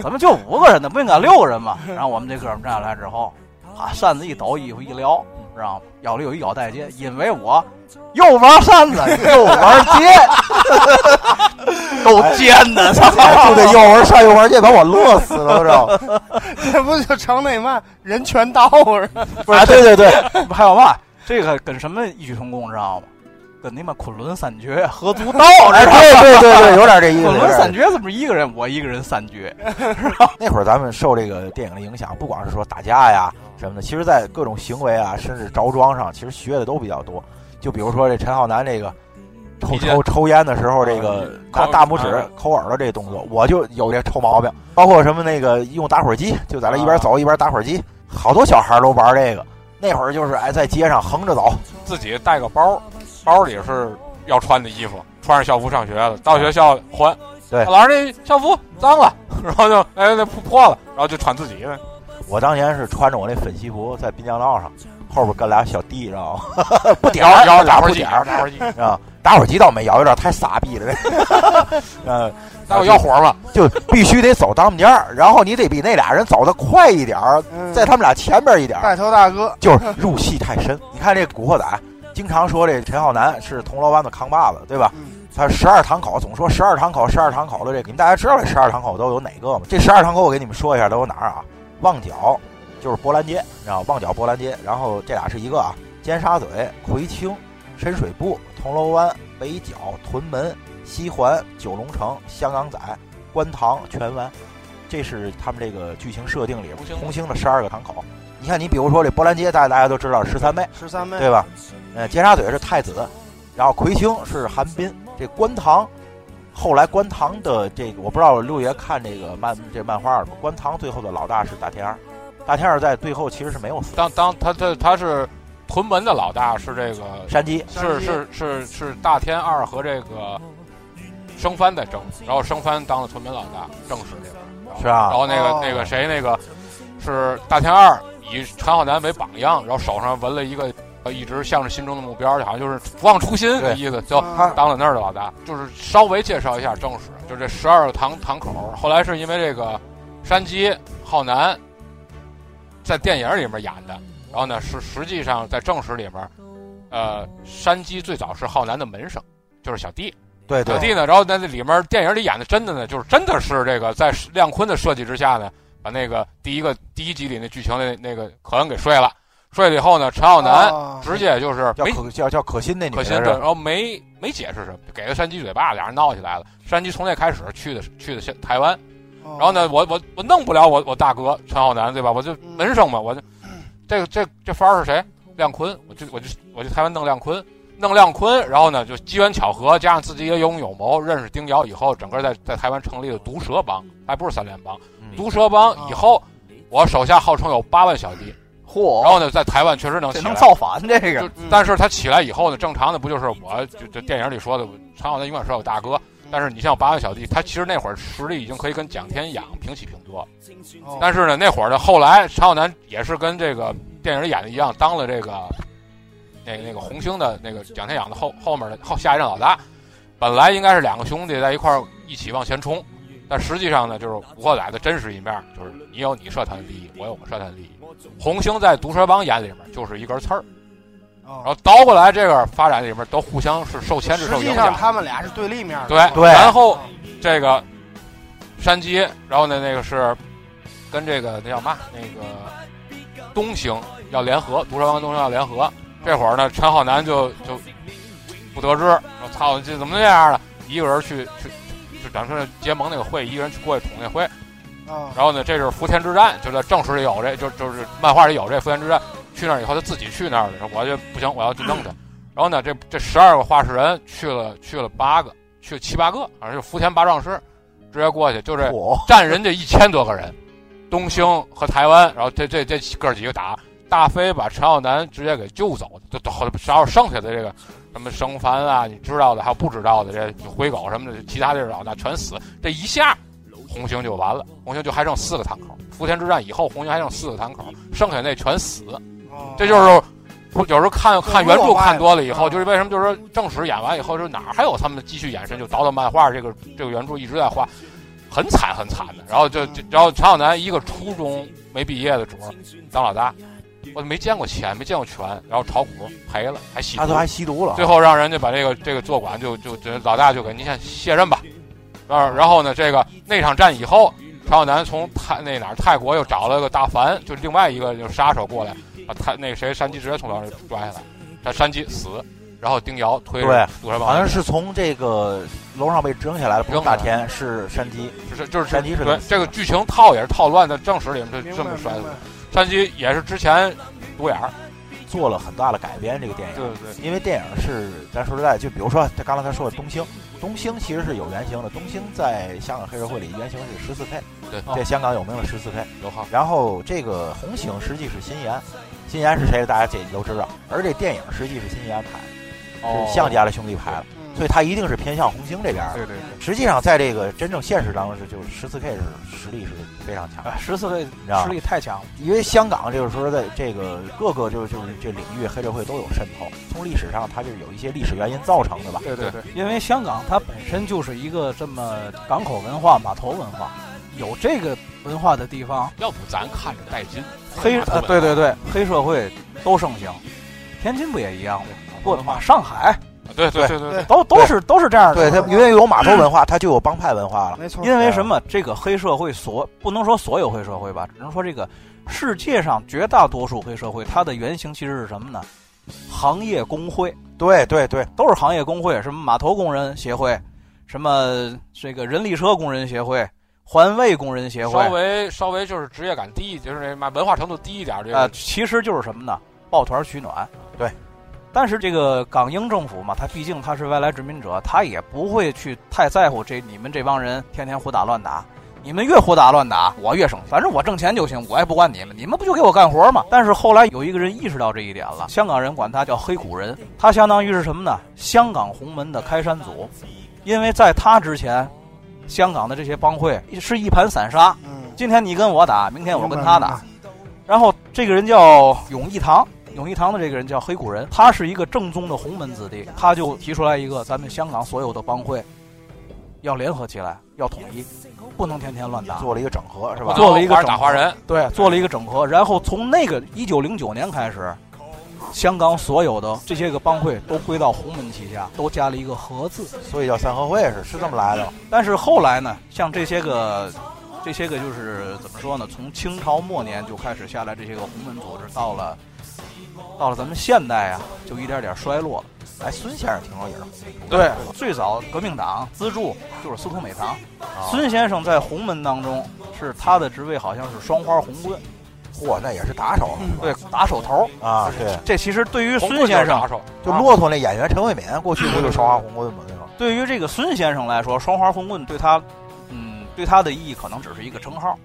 Speaker 4: 怎么就五个人呢？不应该六个人吗？”然后我们这哥们站下来之后，把扇子一抖，衣服一撩，然后腰里有一腰带戒，因为我又玩扇子又玩戒，够尖 的，操！
Speaker 1: 哎就这幼儿上幼儿界把我乐死了，都知道吗？
Speaker 3: 这不就成那嘛人权道了？
Speaker 1: 不是，对对对，
Speaker 4: 还有嘛，这个跟什么异曲同工，知道吗？跟你们昆仑三绝合 租道，
Speaker 1: 哎，
Speaker 4: 知道吗？
Speaker 1: 对对对对，有点这意思。
Speaker 4: 昆
Speaker 1: 有
Speaker 4: 仑
Speaker 1: 点
Speaker 4: 三绝怎么一个人？我一个人三绝，
Speaker 1: 那会儿咱们受这个电影的影响，不光是说打架呀什么的，其实，在各种行为啊，甚至着装上，其实学的都比较多。就比如说这陈浩南这个抽
Speaker 2: 鼻尖
Speaker 1: 抽抽烟的时候，这个拿
Speaker 2: 抠
Speaker 1: 大拇指
Speaker 2: 啊
Speaker 1: 抠耳朵这动作，我就有这臭毛病。包括什么那个用打火机，就在那一边走一边打火机，好多小孩都玩这个。那会儿就是哎，在街上横着走，
Speaker 2: 自己带个包，包里是要穿的衣服，穿着校服上学的，到学校还。
Speaker 1: 对
Speaker 2: 老师这校服脏了， 然后就哎那破破了，然后就穿自己的。
Speaker 1: 我当年是穿着我那粉西服在滨江道上，后边跟俩小弟，知道吗？ 不点
Speaker 2: 摇
Speaker 1: 儿，
Speaker 2: 摇打
Speaker 1: 打
Speaker 2: 火
Speaker 1: 不
Speaker 2: 机，
Speaker 1: 点儿
Speaker 2: 摇，打火机，
Speaker 1: 啊，打火机倒没有，有点太傻逼了。 呃，
Speaker 2: 那我要火嘛，
Speaker 1: 就必须得走当间儿，然后你得比那俩人走得快一点儿，
Speaker 3: 嗯
Speaker 1: 在他们俩前边一点儿，
Speaker 3: 带头大哥，
Speaker 1: 就是入戏太深。你看这《古惑仔》，经常说这陈浩南是铜锣湾的扛把子，对吧？
Speaker 3: 嗯
Speaker 1: 他十二堂口总说十二堂口，十二堂口的这个，你们大家知道这十二堂口都有哪个吗？这十二堂口我给你们说一下都有哪儿啊？旺角就是波兰街，你知道吗旺角波兰街，然后这俩是一个啊，尖沙咀、葵青、深水埗、铜锣湾、北角、屯门、西环、九龙城、香港仔、观塘、荃湾，这是他们这个剧情设定里
Speaker 2: 红星
Speaker 1: 红星的十二个堂口。你看，你比如说这波兰街，大家大家都知道十三妹，
Speaker 3: 十三
Speaker 4: 哎
Speaker 3: 妹，
Speaker 1: 对吧？呃，尖沙咀是太子，然后葵青是韩冰，这观塘，后来观塘的这个我不知道六爷看这个漫这漫画了吗？观塘最后的老大是大天二，大天二在最后其实是没有死，
Speaker 2: 当当他他他是屯门的老大，是这个
Speaker 1: 山鸡
Speaker 2: 是是是是大天二和这个生番在争，然后生番当了屯门老大，正史这边然后
Speaker 1: 是吧
Speaker 2: 然后那
Speaker 3: 哦
Speaker 2: 个那个谁那个是大天二以陈浩南为榜样，然后手上纹了一个呃一直向着心中的目标，好像就是不忘初心
Speaker 1: 对
Speaker 2: 的意思，就
Speaker 3: 啊
Speaker 2: 当了那儿的老大。就是稍微介绍一下正史，就这十二个堂堂口，后来是因为这个山鸡浩南在电影里面演的，然后呢是实际上在正史里面，呃，山鸡最早是浩南的门生，就是小弟。
Speaker 1: 对对
Speaker 2: 小弟呢，然后在那里面电影里演的真的呢，就是真的是这个在亮坤的设计之下呢，把那个第一个第一集里那剧情的那个可恩给睡了，睡了以后呢，陈浩南
Speaker 3: 啊
Speaker 2: 直接就是
Speaker 1: 叫
Speaker 2: 没
Speaker 1: 可叫叫可心那女啊
Speaker 2: 可
Speaker 1: 的
Speaker 2: 心
Speaker 1: 是
Speaker 2: 对，
Speaker 1: 吧
Speaker 2: 然后没没解释什么，给了山鸡嘴巴，俩人闹起来了。山鸡从那开始去的去的台湾，
Speaker 3: 然
Speaker 2: 然后呢，，我我我弄不了我我大哥陈浩南对吧？我就门生嘛，我就这个这这番儿是谁？亮坤，我就我就我就台湾弄亮坤，弄亮坤，然后呢，就机缘巧合加上自己也有勇有谋，认识丁瑶以后，整个在在台湾成立了毒蛇帮，还不是三联帮，
Speaker 1: 嗯
Speaker 2: 毒蛇帮以后，我手下号称有八万小弟，然
Speaker 1: 哦
Speaker 4: 嚯，
Speaker 2: 后呢，在台湾确实能
Speaker 4: 哦这
Speaker 2: 起
Speaker 4: 能
Speaker 2: 来。
Speaker 4: 造反这个
Speaker 2: 就但是他起来以后呢，正常的不就是我就就电影里说的，陈浩南永远是我大哥，但是你像八万小弟，他其实那会儿实力已经可以跟蒋天养平起平坐了。
Speaker 3: 哦
Speaker 2: 但是呢，那会儿呢，后来陈浩南也是跟这个电影里演的一样，当了这个那个那个红星的那个蒋天养的后后面的后下一任老大。本来应该是两个兄弟在一块儿一起往前冲，但实际上呢，就是《古惑仔》的真实一面，就是你有你社团的利益，我有我社团的利益。红星在毒蛇帮眼里面就是一根刺儿，
Speaker 3: 哦
Speaker 2: 然后倒过来这个发展里面都互相是受牵制、
Speaker 3: 实
Speaker 2: 受
Speaker 3: 际
Speaker 2: 影
Speaker 3: 上
Speaker 2: 响。
Speaker 3: 他们俩是对立面的，哦
Speaker 2: 对
Speaker 1: 对
Speaker 2: 然后这个山鸡，然后呢那个是跟这个那叫嘛那个东行要联合，毒蛇帮东行要联合。这会儿呢，陈浩南就就不得志，我操，这怎么这样了？一个人去去就咱说结盟那个会，一个人去过去捅那会。
Speaker 3: 啊，
Speaker 2: 然后呢，这是福田之战，就在正史里有这，就就是漫画里有这福田之战。去那儿以后，他自己去那儿了，说我就不行，我要去弄他。然后呢，这这十二个画事人去了去了八个，去了七八个，反正就福田八壮士，直接过去就这
Speaker 1: 嚯，
Speaker 2: 占人家一千多个人，东兴和台湾，然后这这这哥几个打，大飞把陈浩南直接给救走，就好十二剩下的这个什么生番啊，你知道的还有不知道的，这灰狗什么的，其他地儿老大全死。这一下，红星就完了，红星就还剩四个堂口。福田之战以后，红星还剩四个堂口，剩下那全死。
Speaker 3: 哦
Speaker 2: 这就是不有时候看看原著看多了以后，
Speaker 3: 嗯
Speaker 2: 就是为什么就是说正史演完以后，就是哪儿还有他们继续延伸，就倒腾漫画这个这个原著一直在画，很惨很惨的。然后
Speaker 1: 嗯
Speaker 2: 就就然后陈小南一个初中没毕业的主儿当老大，我没见过钱，没见过权，然后炒股赔了，还洗
Speaker 1: 他
Speaker 2: 毒
Speaker 1: 都还吸毒了，
Speaker 2: 最后让人家把这个这个坐馆就就就老大就给您先卸任吧，啊，然后呢，这个那场战以后，常小南从泰那哪儿泰国又找了个大凡，就另外一个就是杀手过来，把泰那个谁山鸡直接从他这抓下来，他山鸡死，然后丁瑶推
Speaker 1: 对
Speaker 2: 着杜山王
Speaker 1: 好像是从这个楼上被扔下来的，不是
Speaker 2: 扔下
Speaker 1: 大
Speaker 2: 来
Speaker 1: 田，是山鸡。
Speaker 2: 就是就是
Speaker 1: 山鸡是
Speaker 2: 对
Speaker 1: 怎么死
Speaker 2: 这个剧情套也是套乱的，正史里面就这
Speaker 3: 明白
Speaker 2: 么
Speaker 3: 明
Speaker 2: 摔
Speaker 3: 白
Speaker 2: 的，山鸡也是之前独眼儿，
Speaker 1: 做了很大的改编，这个电
Speaker 2: 对
Speaker 1: 影，
Speaker 2: 对对，
Speaker 1: 因为电影是咱说实在，就比如说他刚才他说的东星，东星其实是有原型的，东星在香港黑社会里原型是十四 K，
Speaker 2: 对
Speaker 1: 在香港有名的十四 K。
Speaker 2: 刘浩
Speaker 1: 然后这个红星实际是新岩，新岩是谁大家这都知道，而这电影实际是新岩拍的，是向家的兄弟拍的，
Speaker 3: 嗯
Speaker 1: 所以他一定是偏向红星这边的。
Speaker 4: 对对对，
Speaker 1: 实际上，在这个真正现实当中，是就是十四 K 是实力是非常强的。
Speaker 4: 啊，十四岁
Speaker 1: 知道
Speaker 4: 实力太强了，
Speaker 1: 因为香港这个时候在这个各个就是就是这领域黑社会都有渗透，从历史上它就是有一些历史原因造成的吧。
Speaker 4: 对
Speaker 2: 对
Speaker 4: 对，因为香港它本身就是一个这么港口文化、码头文化，有这个文化的地方，
Speaker 2: 要不咱看着带劲，
Speaker 4: 黑
Speaker 2: 特
Speaker 4: 呃
Speaker 2: 别
Speaker 4: 对对对，黑社会都盛行，天津不也一样吗？不，马上海
Speaker 2: 对对对对对，
Speaker 4: 都都是都是这样
Speaker 1: 对，
Speaker 4: 的。
Speaker 1: 它因为有码头文化，它就有帮派文化了。
Speaker 3: 没错，
Speaker 4: 因为什么？这个黑社会所不能说所有黑社会吧，只能说这个世界上绝大多数黑社会，它的原型其实是什么呢？行业工会
Speaker 1: 对对对，
Speaker 4: 都是行业工会，什么码头工人协会，什么这个人力车工人协会、环卫工人协会，
Speaker 2: 稍微稍微就是职业感低，就是那嘛文化程度低一点儿，这
Speaker 4: 呃，
Speaker 2: 个
Speaker 4: 其实就是什么呢？抱团取暖。
Speaker 1: 对。
Speaker 4: 但是这个港英政府嘛，他毕竟他是外来殖民者，他也不会去太在乎这你们这帮人天天胡打乱打。你们越胡打乱打，我越省，反正我挣钱就行，我也不管你们，你们不就给我干活吗？但是后来有一个人意识到这一点了，香港人管他叫黑股人，他相当于是什么呢？香港红门的开山祖，因为在他之前，香港的这些帮会是一盘散沙，
Speaker 3: 嗯，
Speaker 4: 今天你跟我打，明天我跟
Speaker 3: 明白
Speaker 4: 他打，，然后这个人叫永义堂，永义堂的这个人叫黑谷人，他是一个正宗的洪门子弟，他就提出来一个，咱们香港所有的帮会要联合起来，要统一，不能天天乱打。
Speaker 1: 做了一个整合是吧？
Speaker 4: 啊做了一个
Speaker 2: 华
Speaker 4: 整
Speaker 2: 人打华人，
Speaker 4: 对，做了一个整合，然后从那个一九零九年开始，香港所有的这些个帮会都归到洪门旗下，都加了一个“和”字。
Speaker 1: 所以叫三合会是是这么来的。
Speaker 4: 但是后来呢，像这些个，这些个就是怎么说呢？从清朝末年就开始下来，这些个洪门组织到了，到了咱们现代啊，就一点点衰落了。
Speaker 1: 哎，孙先生听说也是红门
Speaker 2: 对
Speaker 4: 最早革命党资助就是司徒美堂，
Speaker 1: 啊，
Speaker 4: 孙先生在洪门当中是他的职位好像是双花红棍，
Speaker 1: 嚯，那也是打手了
Speaker 4: 对，打手头。
Speaker 1: 啊。对，
Speaker 4: 这其实对于
Speaker 2: 嗯红
Speaker 4: 孙
Speaker 2: 棍就
Speaker 4: 先
Speaker 2: 是
Speaker 4: 生
Speaker 2: 打，手，啊
Speaker 1: 就骆驼那演员陈慧敏，过去不就烧花红棍吗？那种
Speaker 4: 对于这个孙先生来说，双花红棍对他，嗯，对他的意义可能只是一个称号。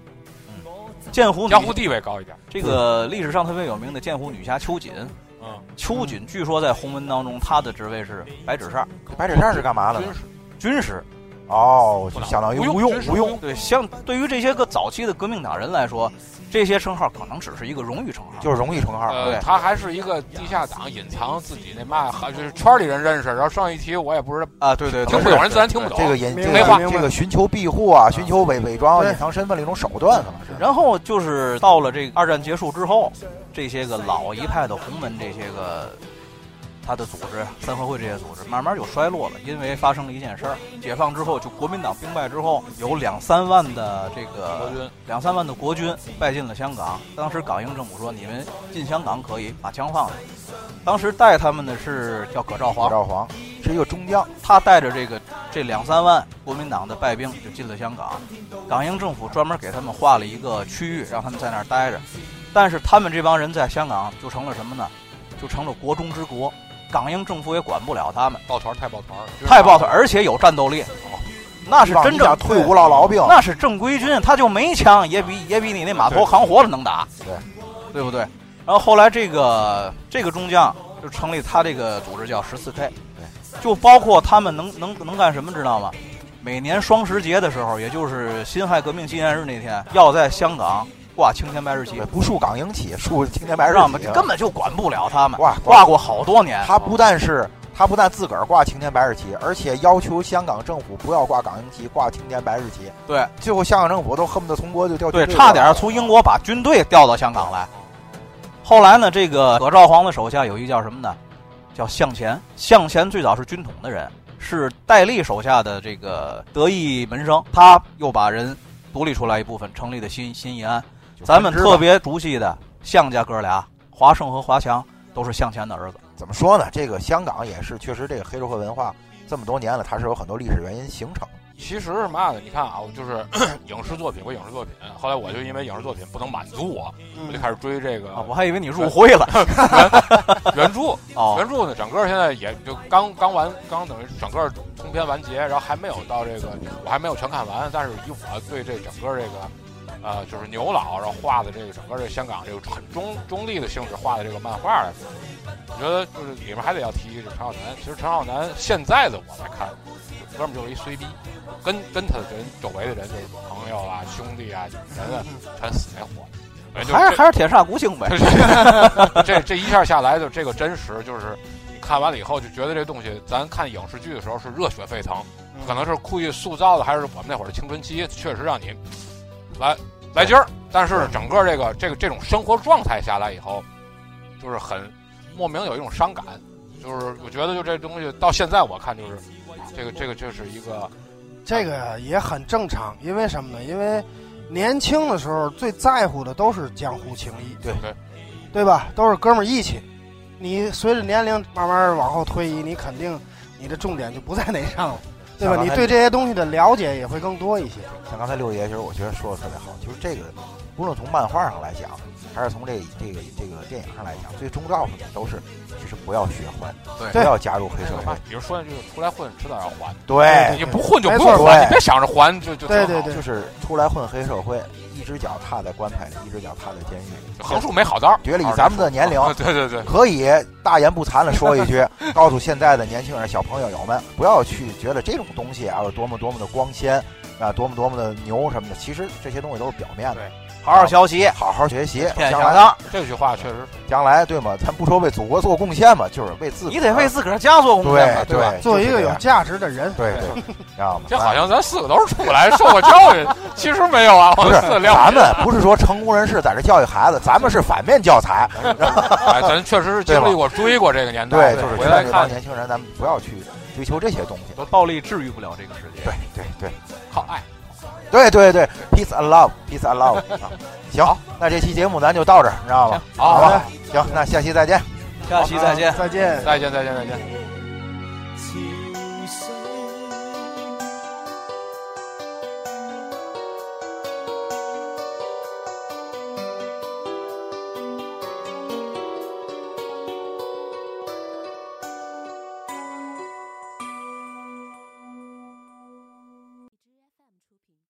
Speaker 4: 剑湖女
Speaker 2: 嗯江湖地位高一点，
Speaker 4: 这个历史上特别有名的剑湖女侠秋瑾，
Speaker 2: 嗯，
Speaker 4: 秋瑾据说在洪门当中，她的职位是白纸扇，
Speaker 1: 白纸扇是干嘛的呢？
Speaker 2: 军事
Speaker 4: 军师。
Speaker 1: 哦，就相当于
Speaker 2: 不用
Speaker 1: 无用
Speaker 2: 军事
Speaker 1: 无
Speaker 2: 不
Speaker 1: 用
Speaker 2: 用，
Speaker 4: 对，像对于这些个早期的革命党人来说，这些称号可能只是一个荣誉称号。
Speaker 1: 就是容易成号。
Speaker 2: 呃，
Speaker 4: 对
Speaker 2: 他还是一个地下党，隐藏自己那嘛，还就是圈里人认识，然后上一题我也不知道，
Speaker 4: 啊，对对
Speaker 1: 对
Speaker 2: 听不懂人自然听不懂，
Speaker 1: 这个隐这
Speaker 3: 明
Speaker 2: 白
Speaker 1: 个
Speaker 3: 明白
Speaker 1: 这个寻求庇护啊，寻求伪伪装、
Speaker 3: 对
Speaker 1: 隐藏身份的一种手段，可能是。
Speaker 4: 然后就是到了这个二战结束之后，这些个老一派的洪门这些个他的组织三合会这些组织慢慢就衰落了，因为发生了一件事儿，解放之后就国民党兵败之后，有两三万的这
Speaker 2: 国
Speaker 4: 个
Speaker 2: 军
Speaker 4: 两三万的国军败进了香港。当时港英政府说：“你们进香港可以把枪放下。”当时带他们的是叫葛兆
Speaker 1: 葛
Speaker 4: 煌，
Speaker 1: 兆煌是一个中将，
Speaker 4: 他带着这个这两三万国民党的败兵就进了香港，港英政府专门给他们划了一个区域，让他们在那儿待着。但是他们这帮人在香港就成了什么呢？就成了国中之国，港英政府也管不了他们，
Speaker 2: 抱团太抱团了，
Speaker 4: 太暴躁，而且有战斗力，哦那是真
Speaker 1: 一帮
Speaker 4: 正
Speaker 1: 一退伍老老兵，
Speaker 4: 那是正规军，他就没枪，也比也比你那码头扛活的能打，
Speaker 1: 啊对
Speaker 4: 对不对？然后后来这个这个中将就成立他这个组织叫十四 K，就包括他们能能能干什么，知道吗？每年双十节的时候，也就是辛亥革命纪念日那天，要在香港挂青天白日旗
Speaker 1: 对，，不树港英旗，树青天白日旗。
Speaker 4: 让我们根本就管不了他们，
Speaker 1: 挂
Speaker 4: 挂过好多年。
Speaker 1: 他不但是他不但自个儿挂青天白日旗，而且要求香港政府不要挂港英旗，挂青天白日旗。
Speaker 4: 对
Speaker 1: 最后香港政府都恨不得从国就调
Speaker 4: 哦对，
Speaker 1: 军队
Speaker 4: 差
Speaker 1: 了
Speaker 4: 点从英国把军队调到香港来。后来呢，这个葛兆煌的手下有一个叫什么呢？叫向前。向前最早是军统的人，是戴笠手下的这个得意门生，他又把人独立出来一部分，成立的新新义安。
Speaker 1: 就
Speaker 4: 咱们
Speaker 1: 分支
Speaker 4: 特
Speaker 1: 吧
Speaker 4: 别熟悉的向家哥俩，华盛和华强都是向前的儿子。
Speaker 1: 怎么说呢？这个香港也是确实这个黑社会文化这么多年了，它是有很多历史原因形成的。
Speaker 2: 其实是嘛呢？你看啊，我就是 影视作品归影视作品，后来我就因为影视作品不能满足我，我就
Speaker 3: 嗯，
Speaker 2: 开始追这个
Speaker 4: 啊，我还以为你入会了
Speaker 2: 原著。
Speaker 4: 哦
Speaker 2: 原著呢，整个现在也就刚刚完，刚等于整个通篇完结，然后还没有到这个，我还没有全看完。但是以我对这整个这个，呃，就是牛佬然后画的这个整个这香港这个很中中立的性质画的这个漫画来说，我觉得就是里面还得要提这个陈浩南。其实陈浩南现在的我来看，哥们儿就是一衰逼，跟跟他的人周围的人就是朋友啊、兄弟啊、
Speaker 3: 嗯
Speaker 2: 人啊，全死没活。反正就
Speaker 4: 还
Speaker 2: 这
Speaker 4: 是还是铁煞孤星呗。
Speaker 2: 这这一下下来就这个真实，就是你看完了以后就觉得这东西，咱看影视剧的时候是热血沸腾，可能是故意塑造的，还是我们那会儿的青春期确实让你来来劲儿。但是整个这个这个这种生活状态下来以后，就是很莫名有一种伤感，就是我觉得就这东西到现在我看就是这个这个就是一个
Speaker 3: 这个也很正常，因为什么呢？因为年轻的时候最在乎的都是江湖情义，
Speaker 1: 对
Speaker 2: 对
Speaker 3: 对吧？都是哥们儿义气。你随着年龄慢慢往后推移，你肯定你的重点就不在那上了，对
Speaker 1: 像
Speaker 3: 吧？
Speaker 1: 刚
Speaker 3: 你
Speaker 1: 才
Speaker 3: 对这些东西的了解也会更多一些。
Speaker 1: 像刚才六爷，其实我觉得说的特别好，就是这个，无论从漫画上来讲，还是从这这个这个电影上来讲，最终告诉你都是，其实不要学坏，
Speaker 4: 对
Speaker 1: 不要加入黑
Speaker 2: 那
Speaker 1: 社
Speaker 2: 个
Speaker 1: 会
Speaker 2: 嘛，，比如说就是出来混，迟早要还，
Speaker 1: 对，
Speaker 2: 你不混就
Speaker 3: 没
Speaker 2: 不
Speaker 3: 错
Speaker 2: 用还，
Speaker 1: 对
Speaker 2: 你别想着还就就
Speaker 3: 对
Speaker 2: 挺
Speaker 3: 对
Speaker 2: 好，
Speaker 3: 对，
Speaker 1: 就是出来混黑社会，一只脚踏在官派里，一只脚踏在监狱
Speaker 2: 横竖没好道儿。
Speaker 1: 里。觉得以咱们的年龄，
Speaker 2: 啊对对对，
Speaker 1: 可以大言不惭的说一句，告诉现在的年轻人、小朋友友们，不要去觉得这种东西啊有多么多么的光鲜啊，多么多么的牛什么的。其实这些东西都是表面的，
Speaker 4: 好好学习，
Speaker 1: 好好学习，
Speaker 4: 天
Speaker 1: 将
Speaker 4: 下
Speaker 1: 来
Speaker 4: 当。
Speaker 2: 这句话确实
Speaker 1: 将来对吗？咱不说为祖国做贡献嘛，就是为自己，
Speaker 4: 你得为自个儿家做贡献嘛，
Speaker 1: 对
Speaker 4: 对吧？
Speaker 3: 做一个有
Speaker 1: 哎就是
Speaker 3: 价值的人，
Speaker 1: 这样对对，知道吗？
Speaker 2: 这好像咱四个都是出不来受过教 育，其实没有啊，我
Speaker 1: 不
Speaker 2: 们
Speaker 1: 是
Speaker 2: 四个聊。
Speaker 1: 咱们不是说成功人士在这教育孩子，咱们是反面教材。
Speaker 2: 哎，咱确实是经历过、追过这个年代，
Speaker 1: 对，就是
Speaker 2: 回
Speaker 1: 现在
Speaker 2: 来
Speaker 1: 这帮
Speaker 2: 看
Speaker 1: 年轻人，咱们不要去追求这些东西。
Speaker 4: 暴力治愈不了这个世界。
Speaker 1: 对对对。
Speaker 2: 靠爱，
Speaker 1: 对对对，peace and love，peace and love 啊。行，那这期节目咱就到这儿，你知道吧？
Speaker 2: 好
Speaker 1: 好吧，行，那下期再见。
Speaker 4: 下期再见。
Speaker 3: 再见。
Speaker 2: 再见，再见，再见。
Speaker 5: 情